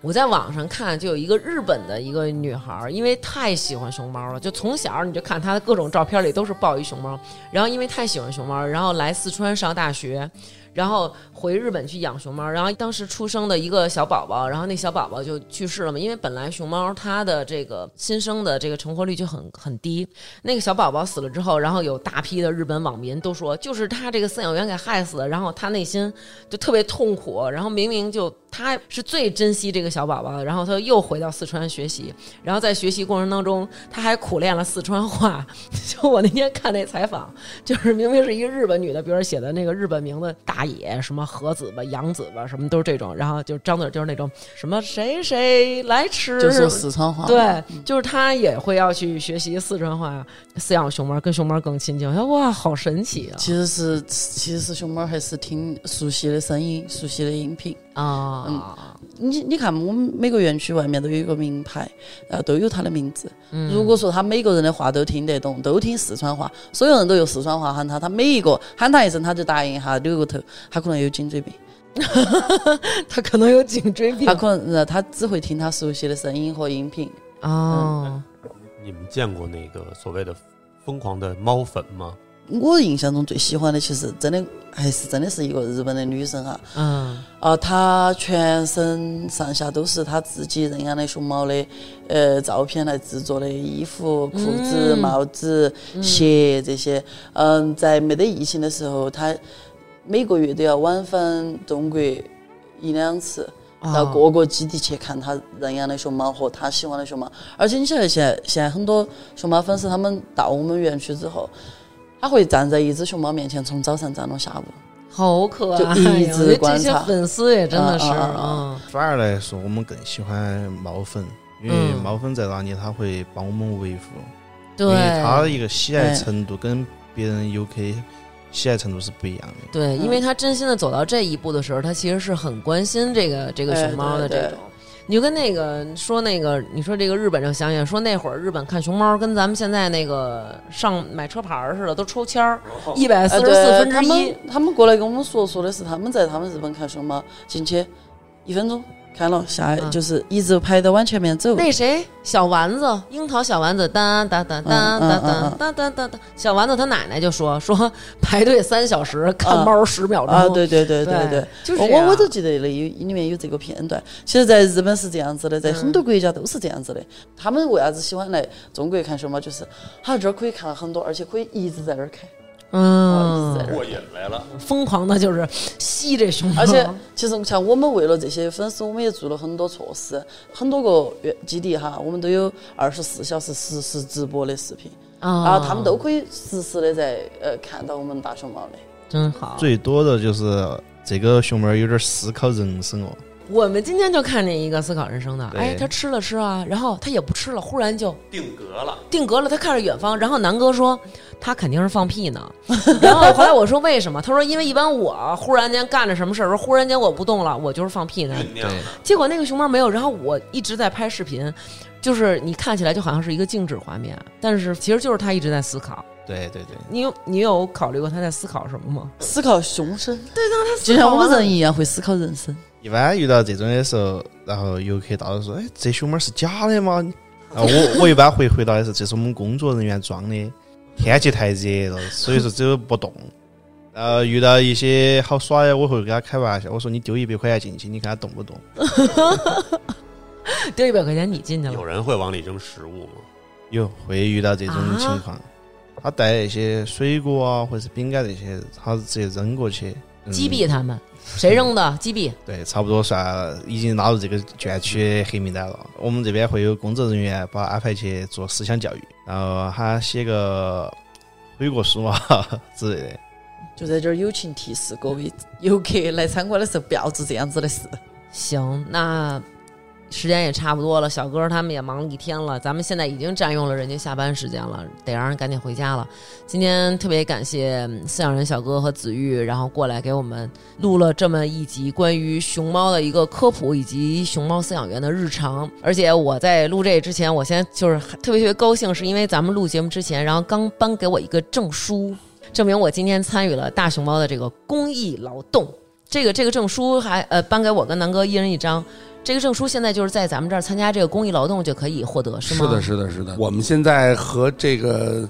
Speaker 2: 我在网上看，就有一个日本的一个女孩儿，因为太喜欢熊猫了，就从小你就看她的各种照片里都是抱一熊猫，然后因为太喜欢熊猫，然后来四川上大学，然后回日本去养熊猫，然后当时出生的一个小宝宝，然后那小宝宝就去世了嘛，因为本来熊猫它的这个新生的这个成活率就很很低，那个小宝宝死了之后，然后有大批的日本网民都说，就是他这个饲养员给害死的，然后他内心就特别痛苦，然后明明就他是最珍惜这个小宝宝的，然后他又回到四川学习，然后在学习过程当中，他还苦练了四川话。 就我那天看那采访，就是明明是一个日本女的，比如说写的那个日本名字大野什么和子吧、洋子吧，什么都是这种，然后就张嘴就是那种什么谁谁来吃，
Speaker 5: 就说四川话，
Speaker 2: 对，就是他也会要去学习四川话，饲养熊猫，跟熊猫更亲近。我说哇，好神奇啊
Speaker 5: 其实是其实是熊猫还是挺熟悉的声音，熟悉的音频。
Speaker 2: 啊！啊，
Speaker 5: 你你看，我们每个园区外面都有一个名牌，呃，都有它的名字。
Speaker 2: 嗯
Speaker 5: 如果说他每个人的话都听得懂，都听四川话，所有人都有四川话喊他，他每一个喊他一声，他就答应一下，扭个头，他可能有颈椎病，
Speaker 2: 他可能有颈椎病
Speaker 5: 他可能呃他只会听他熟悉的声音和音频。
Speaker 2: 哦。
Speaker 3: 你们见过那个所谓的疯狂的猫粉吗？
Speaker 5: 我印象中最喜欢的，其实真的还是真的是一个日本的女生啊，
Speaker 2: 嗯，
Speaker 5: 啊，她全身上下都是她自己认养的熊猫的呃照片来制作的衣服、裤子、
Speaker 2: 嗯
Speaker 5: 帽子、鞋这些。嗯，在没得疫情的时候，她每个月都要往返中国一两次。到各个基地去看他认养的熊猫和他喜欢的熊猫。而且你晓得，现在现在很多熊猫粉丝他们到我们园区之后，他会站在一只熊猫面前，从早上站到下午。
Speaker 2: 好可爱呀！
Speaker 5: 就一直
Speaker 2: 我觉得这
Speaker 5: 观
Speaker 2: 些
Speaker 5: 察
Speaker 2: 粉丝也真的是，
Speaker 5: 啊啊啊
Speaker 2: 嗯
Speaker 8: 反而来说，我们更喜欢猫粉，因为
Speaker 2: 嗯
Speaker 8: 猫粉在哪里，它会帮我们维护，因
Speaker 2: 对
Speaker 8: 为它的一个喜爱程度跟别人 UK 喜爱程度是不一样的。
Speaker 5: 嗯
Speaker 2: 对，因为他真心的走到这一步的时候，他其实是很关心这个这个
Speaker 5: 哎
Speaker 2: 熊猫的这
Speaker 5: 对对
Speaker 2: 种。你就跟那个说那个，你说这个日本这个想想，说那会儿日本看熊猫跟咱们现在那个上买车牌儿似的，都抽签儿，一百四
Speaker 5: 呃
Speaker 2: 十
Speaker 5: 对
Speaker 2: 四分
Speaker 5: 他
Speaker 2: 之一
Speaker 5: 们。他们过来跟我们说说的是，他们在他们日本看熊猫，进去一分钟看了，下
Speaker 2: 嗯
Speaker 5: 就是一直排到往前面走。
Speaker 2: 那谁，小丸子，樱桃小丸子，当当当
Speaker 5: 嗯
Speaker 2: 当当当当当当当，小丸子他奶奶就说 说排队三小时看猫十秒钟
Speaker 5: 啊，对对对对
Speaker 2: 对
Speaker 5: 对，
Speaker 2: 就是
Speaker 5: 我
Speaker 2: 这样
Speaker 5: 我我都记得了，有里面有这个片段。其实，在日本是这样子的，在很多国家都是这样子的。他们为啥子喜欢来中国看熊猫？就是他这儿可以看很多，而且可以一直在那儿看，
Speaker 2: 嗯
Speaker 5: 一直，在那儿看。
Speaker 2: 疯狂的就是吸这熊猫，
Speaker 5: 而且，其实像我们为了这些粉丝，我们也做了很多措施，很多个园基地哈，我们都有二十四小时实时直播的视频，
Speaker 2: 啊
Speaker 5: 啊，他们都可以实时的在呃看到我们大熊猫的。
Speaker 2: 真好。
Speaker 8: 最多的就是这个熊猫有点思考人生哦，
Speaker 2: 我们今天就看见一个思考人生的，
Speaker 8: 对
Speaker 2: 哎，他吃了吃啊，然后他也不吃了，忽然就
Speaker 3: 定格了，
Speaker 2: 定格了。他看着远方，然后南哥说他肯定是放 屁呢。然后后来我说为什么？他说因为一般我忽然间干着什么事儿，忽然间我不动了，我就是放屁呢。
Speaker 3: 酝酿了。
Speaker 2: 结果那个熊猫没有，然后我一直在拍视频，就是你看起来就好像是一个静止画面，但是其实就是他一直在思考。
Speaker 8: 对对对，
Speaker 2: 你有你有考虑过他在思考什么吗？
Speaker 5: 思考熊生，对，让他就像我们 人一样会思考人生。
Speaker 8: 一般遇到这种的时候，然后游客大多说：“哎，这熊猫是假的吗？啊，我我一般会回答的是，这是我们工作人员装的，天气太热了，所以说只有不动。呃，遇到一些好耍的，我会跟他开玩笑，我说你丢一百块钱进去，你看他动不动？
Speaker 2: 丢一百块钱你进去了
Speaker 7: 有，人会往里扔食物吗？
Speaker 8: 有会遇到这种情
Speaker 2: 啊
Speaker 8: 况，他带一些水果啊或者是饼干这些，他直接扔过去。嗯
Speaker 2: 击毙他们，谁扔的？击毙。
Speaker 8: 对，差不多算已经纳入这个卷区黑名单了。我们这边会有工作人员把他安排去做思想教育，然后他写个悔过书啊 之类的。
Speaker 5: 就在这儿友情提示各位游客来参观的时候，不要做这样子的事。
Speaker 2: 行，那时间也差不多了，小哥他们也忙一天了，咱们现在已经占用了人家下班时间了，得让人赶紧回家了。今天特别感谢嗯饲养人小哥和子玉，然后过来给我们录了这么一集关于熊猫的一个科普，以及熊猫饲养员的日常。而且我在录这之前，我先就是特别特别高兴，是因为咱们录节目之前，然后刚颁给我一个证书，证明我今天参与了大熊猫的这个公益劳动。这个这个证书还呃颁给我跟南哥一人一张。这个证书现在就是在咱们这儿参加这个公益劳动就可以获得，是吗？
Speaker 4: 的，是的，是的。我们现在和这个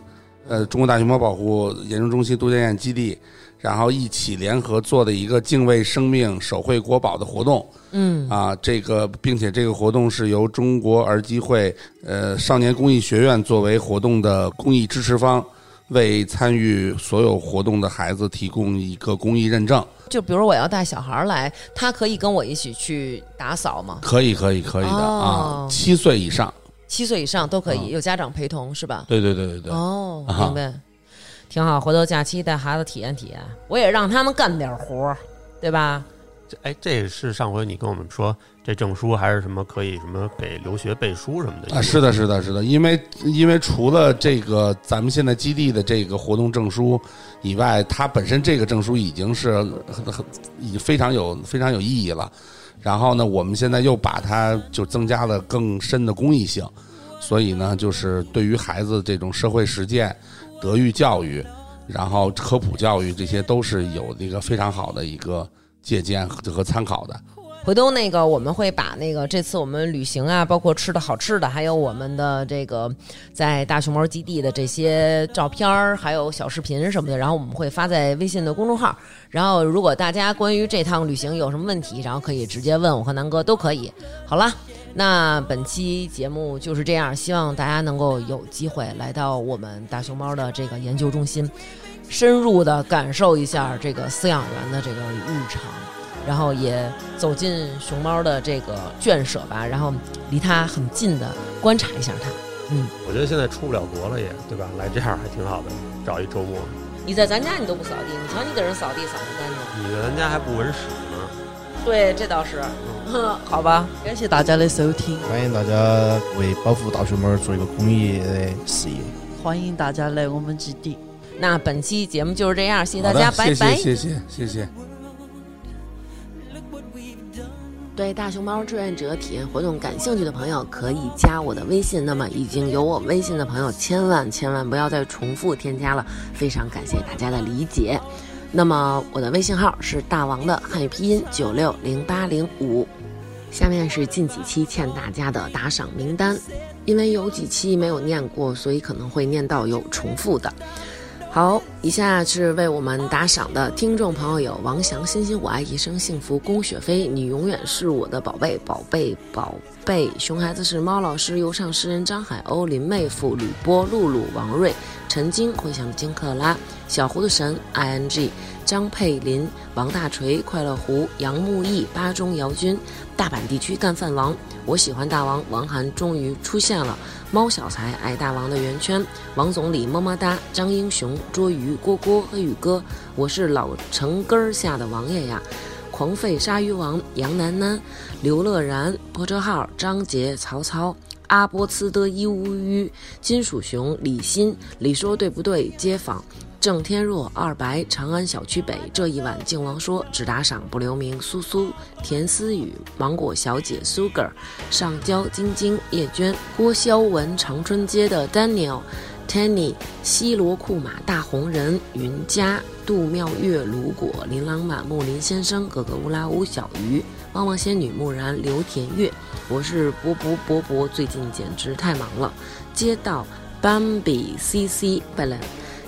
Speaker 4: 呃中国大熊猫保护研究中心杜家堰基地，然后一起联合做的一个敬畏生命、守护国宝的活动。嗯啊，这个并且这个活动是由中国儿基会呃少年公益学院作为活动的公益支持方，为参与所有活动的孩子提供一个公益认证。
Speaker 2: 就比如我要带小孩儿来，他可以跟我一起去打扫吗？
Speaker 4: 可以，可以，可以的、
Speaker 2: 哦
Speaker 4: 啊，七岁以上。
Speaker 2: 七岁以上都可以，有家长陪同是吧？
Speaker 4: 对对嗯对对对。
Speaker 2: 哦，
Speaker 4: 啊
Speaker 2: 明白，挺好。回头假期带孩子体验体验，我也让他们干点活儿，对吧？
Speaker 7: 这哎，这是上回你跟我们说这证书还是什么可以什么给留学背书什么的
Speaker 4: 啊，是的，是的，是的，因为因为除了这个咱们现在基地的这个活动证书以外，它本身这个证书已经是很很已经非常有非常有意义了。然后呢，我们现在又把它就增加了更深的公益性，所以呢，就是对于孩子这种社会实践、德育教育，然后科普教育，这些都是有一个非常好的一个借鉴和和参考的。
Speaker 2: 回头那个我们会把那个这次我们旅行啊，包括吃的好吃的，还有我们的这个在大熊猫基地的这些照片儿，还有小视频什么的，然后我们会发在微信的公众号。然后如果大家关于这趟旅行有什么问题，然后可以直接问我和南哥都可以。好啦，那本期节目就是这样，希望大家能够有机会来到我们大熊猫的这个研究中心，深入的感受一下这个饲养员的这个日常。然后也走进熊猫的这个圈舍吧，然后离它很近的观察一下它。
Speaker 7: 我觉得现在出不了国了也，对吧？来这样还挺好的，找一周末。
Speaker 2: 你在咱家你都不扫地，你瞧你给人扫地扫不干净。
Speaker 7: 你咱家还不闻屎呢，
Speaker 2: 对，这倒是，嗯好吧。
Speaker 5: 感谢大家的收听，
Speaker 8: 欢迎大家为保护大熊猫做一个公益的事业。
Speaker 5: 欢迎大家来我们基地。
Speaker 2: 那本期节目就是这样，谢谢
Speaker 4: 好
Speaker 2: 大家，
Speaker 4: 的，
Speaker 2: 拜拜。
Speaker 4: 谢谢谢谢谢谢。
Speaker 1: 对大熊猫志愿者体验活动感兴趣的朋友，可以加我的微信。那么已经有我微信的朋友，千万千万不要再重复添加了，非常感谢大家的理解。那么我的微信号是大王的汉语拼音九六零八零五。下面是近几期欠大家的打赏名单，因为有几期没有念过，所以可能会念到有重复的。好，以下是为我们打赏的听众朋友有王翔、欣欣、我爱一生幸福、龚雪飞，你永远是我的宝贝，宝贝，宝贝。熊孩子是猫老师、游唱诗人张海鸥、林妹夫、吕波、露露、王瑞、陈晶、回响的金克拉、小糊涂神、ing、张佩林、王大锤、快乐狐、杨木易、巴中姚军、大阪地区干饭王。我喜欢大王，王涵终于出现了。猫小才爱大王的圆圈，王总理么么哒，张英雄捉鱼郭郭黑羽哥，我是老城根儿下的王爷呀，狂吠鲨鱼王杨楠楠，刘乐然破车号张杰曹操阿波茨的伊乌吁金属熊李欣李说对不对街坊。郑天若、二白、长安小区北，这一晚靖王说只打赏不留名。苏苏、田思雨、芒果小姐、Sugar、上交、晶晶、叶娟、郭潇文、长春街的 Daniel、Tanny、西罗库玛、大红人、云佳、杜妙月、卢果、琳琅满目、林先生、哥哥乌拉乌、小鱼、
Speaker 2: 帮帮仙女木然刘田月，我是博博博博，最近简直太忙了。街道 Bambi C C Balan，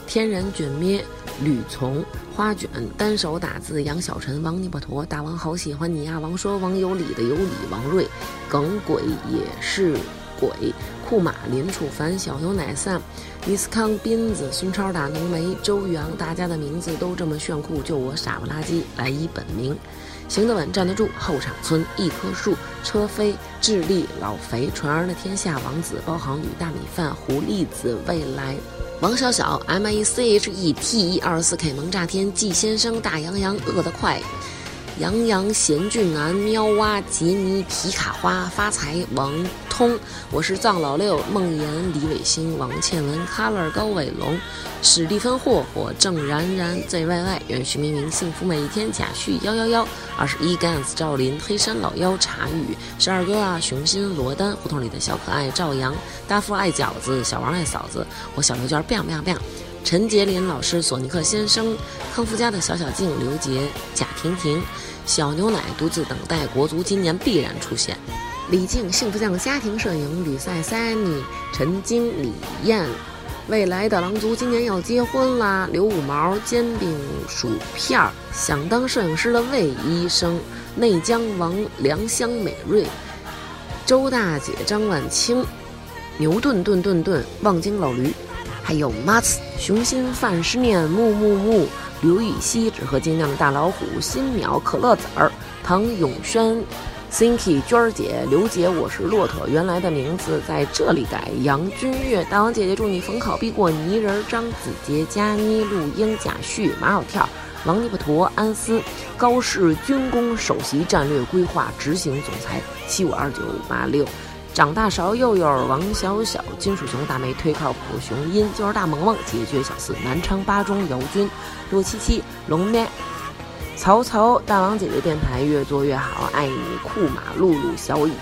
Speaker 2: 天然卷咩吕从花卷单手打字杨小晨王尼巴陀大王好喜欢你呀、王说王有理的有理王瑞耿鬼也是鬼库马林楚凡小牛奶 Sam 尼斯康斌子孙超大浓眉周宇昂，大家的名字都这么炫酷，就我傻不拉几来一本名。行得稳，站得住。后场村一棵树，车飞，智利老肥，传儿的天下王子，包航宇，大米饭，狐狸子，未来。王小小，M E C H E T E 二十四 K 萌炸天，季先生，大洋洋，饿得快，杨洋、贤俊南、喵蛙、杰尼、皮卡花、发财、王通，我是藏老六、梦妍、李伟星、王倩文、Color 高伟龙、史蒂芬霍霍、郑然然、ZYY、愿徐明明幸福每一天、贾旭幺幺幺、二十一 Gans、赵林、黑山老妖、茶语、十二哥啊、熊心、罗丹、胡同里的小可爱、赵阳、大富爱饺子、小王爱嫂子、我小刘娟，biang biang biang。陈杰林老师、索尼克先生、康夫家的小小静、刘杰、贾婷婷、小牛奶独自等待国足今年必然出现。李静、幸福酱、家庭摄影、吕赛、Sunny、陈晶、李艳、未来的狼族今年要结婚啦！刘五毛、煎饼薯片儿，想当摄影师的魏医生、内江王、良香美瑞、周大姐、张婉清、牛顿顿顿顿、望京老驴，还有 Mats、熊心、范诗念、木木木、刘禹锡、纸鹤精酿的大老虎、新淼、可乐籽儿、唐永轩、Cinky、娟儿姐、刘姐，我是骆驼，原来的名字在这里改。杨君月，大王姐姐，祝你逢考必过。泥人儿张子杰、佳妮、陆英、贾旭、马小跳、王尼巴陀、安思、高市军工首席战略规划执行总裁，七五二九五八六。长大勺佑佑、王小小、金水熊大梅忒靠谱、熊音就是大萌萌、解决小四、南昌八中、姚军、若七七、龙咩、曹操大王姐姐电台越做越好，爱你库马露露小乙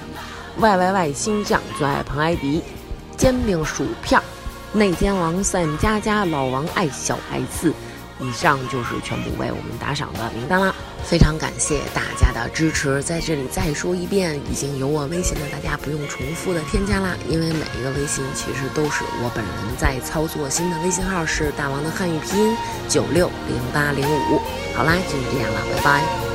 Speaker 2: ，Y Y Y 星酱最爱彭艾迪，煎饼薯片，内奸王 Sam 佳佳老王爱小爱四。以上就是全部为我们打赏的名单啦，非常感谢大家的支持。在这里再说一遍，已经有我微信的大家不用重复的添加啦，因为每一个微信其实都是我本人在操作。新的微信号是大王的汉语拼音九六零八零五。好啦，就是这样了，拜拜。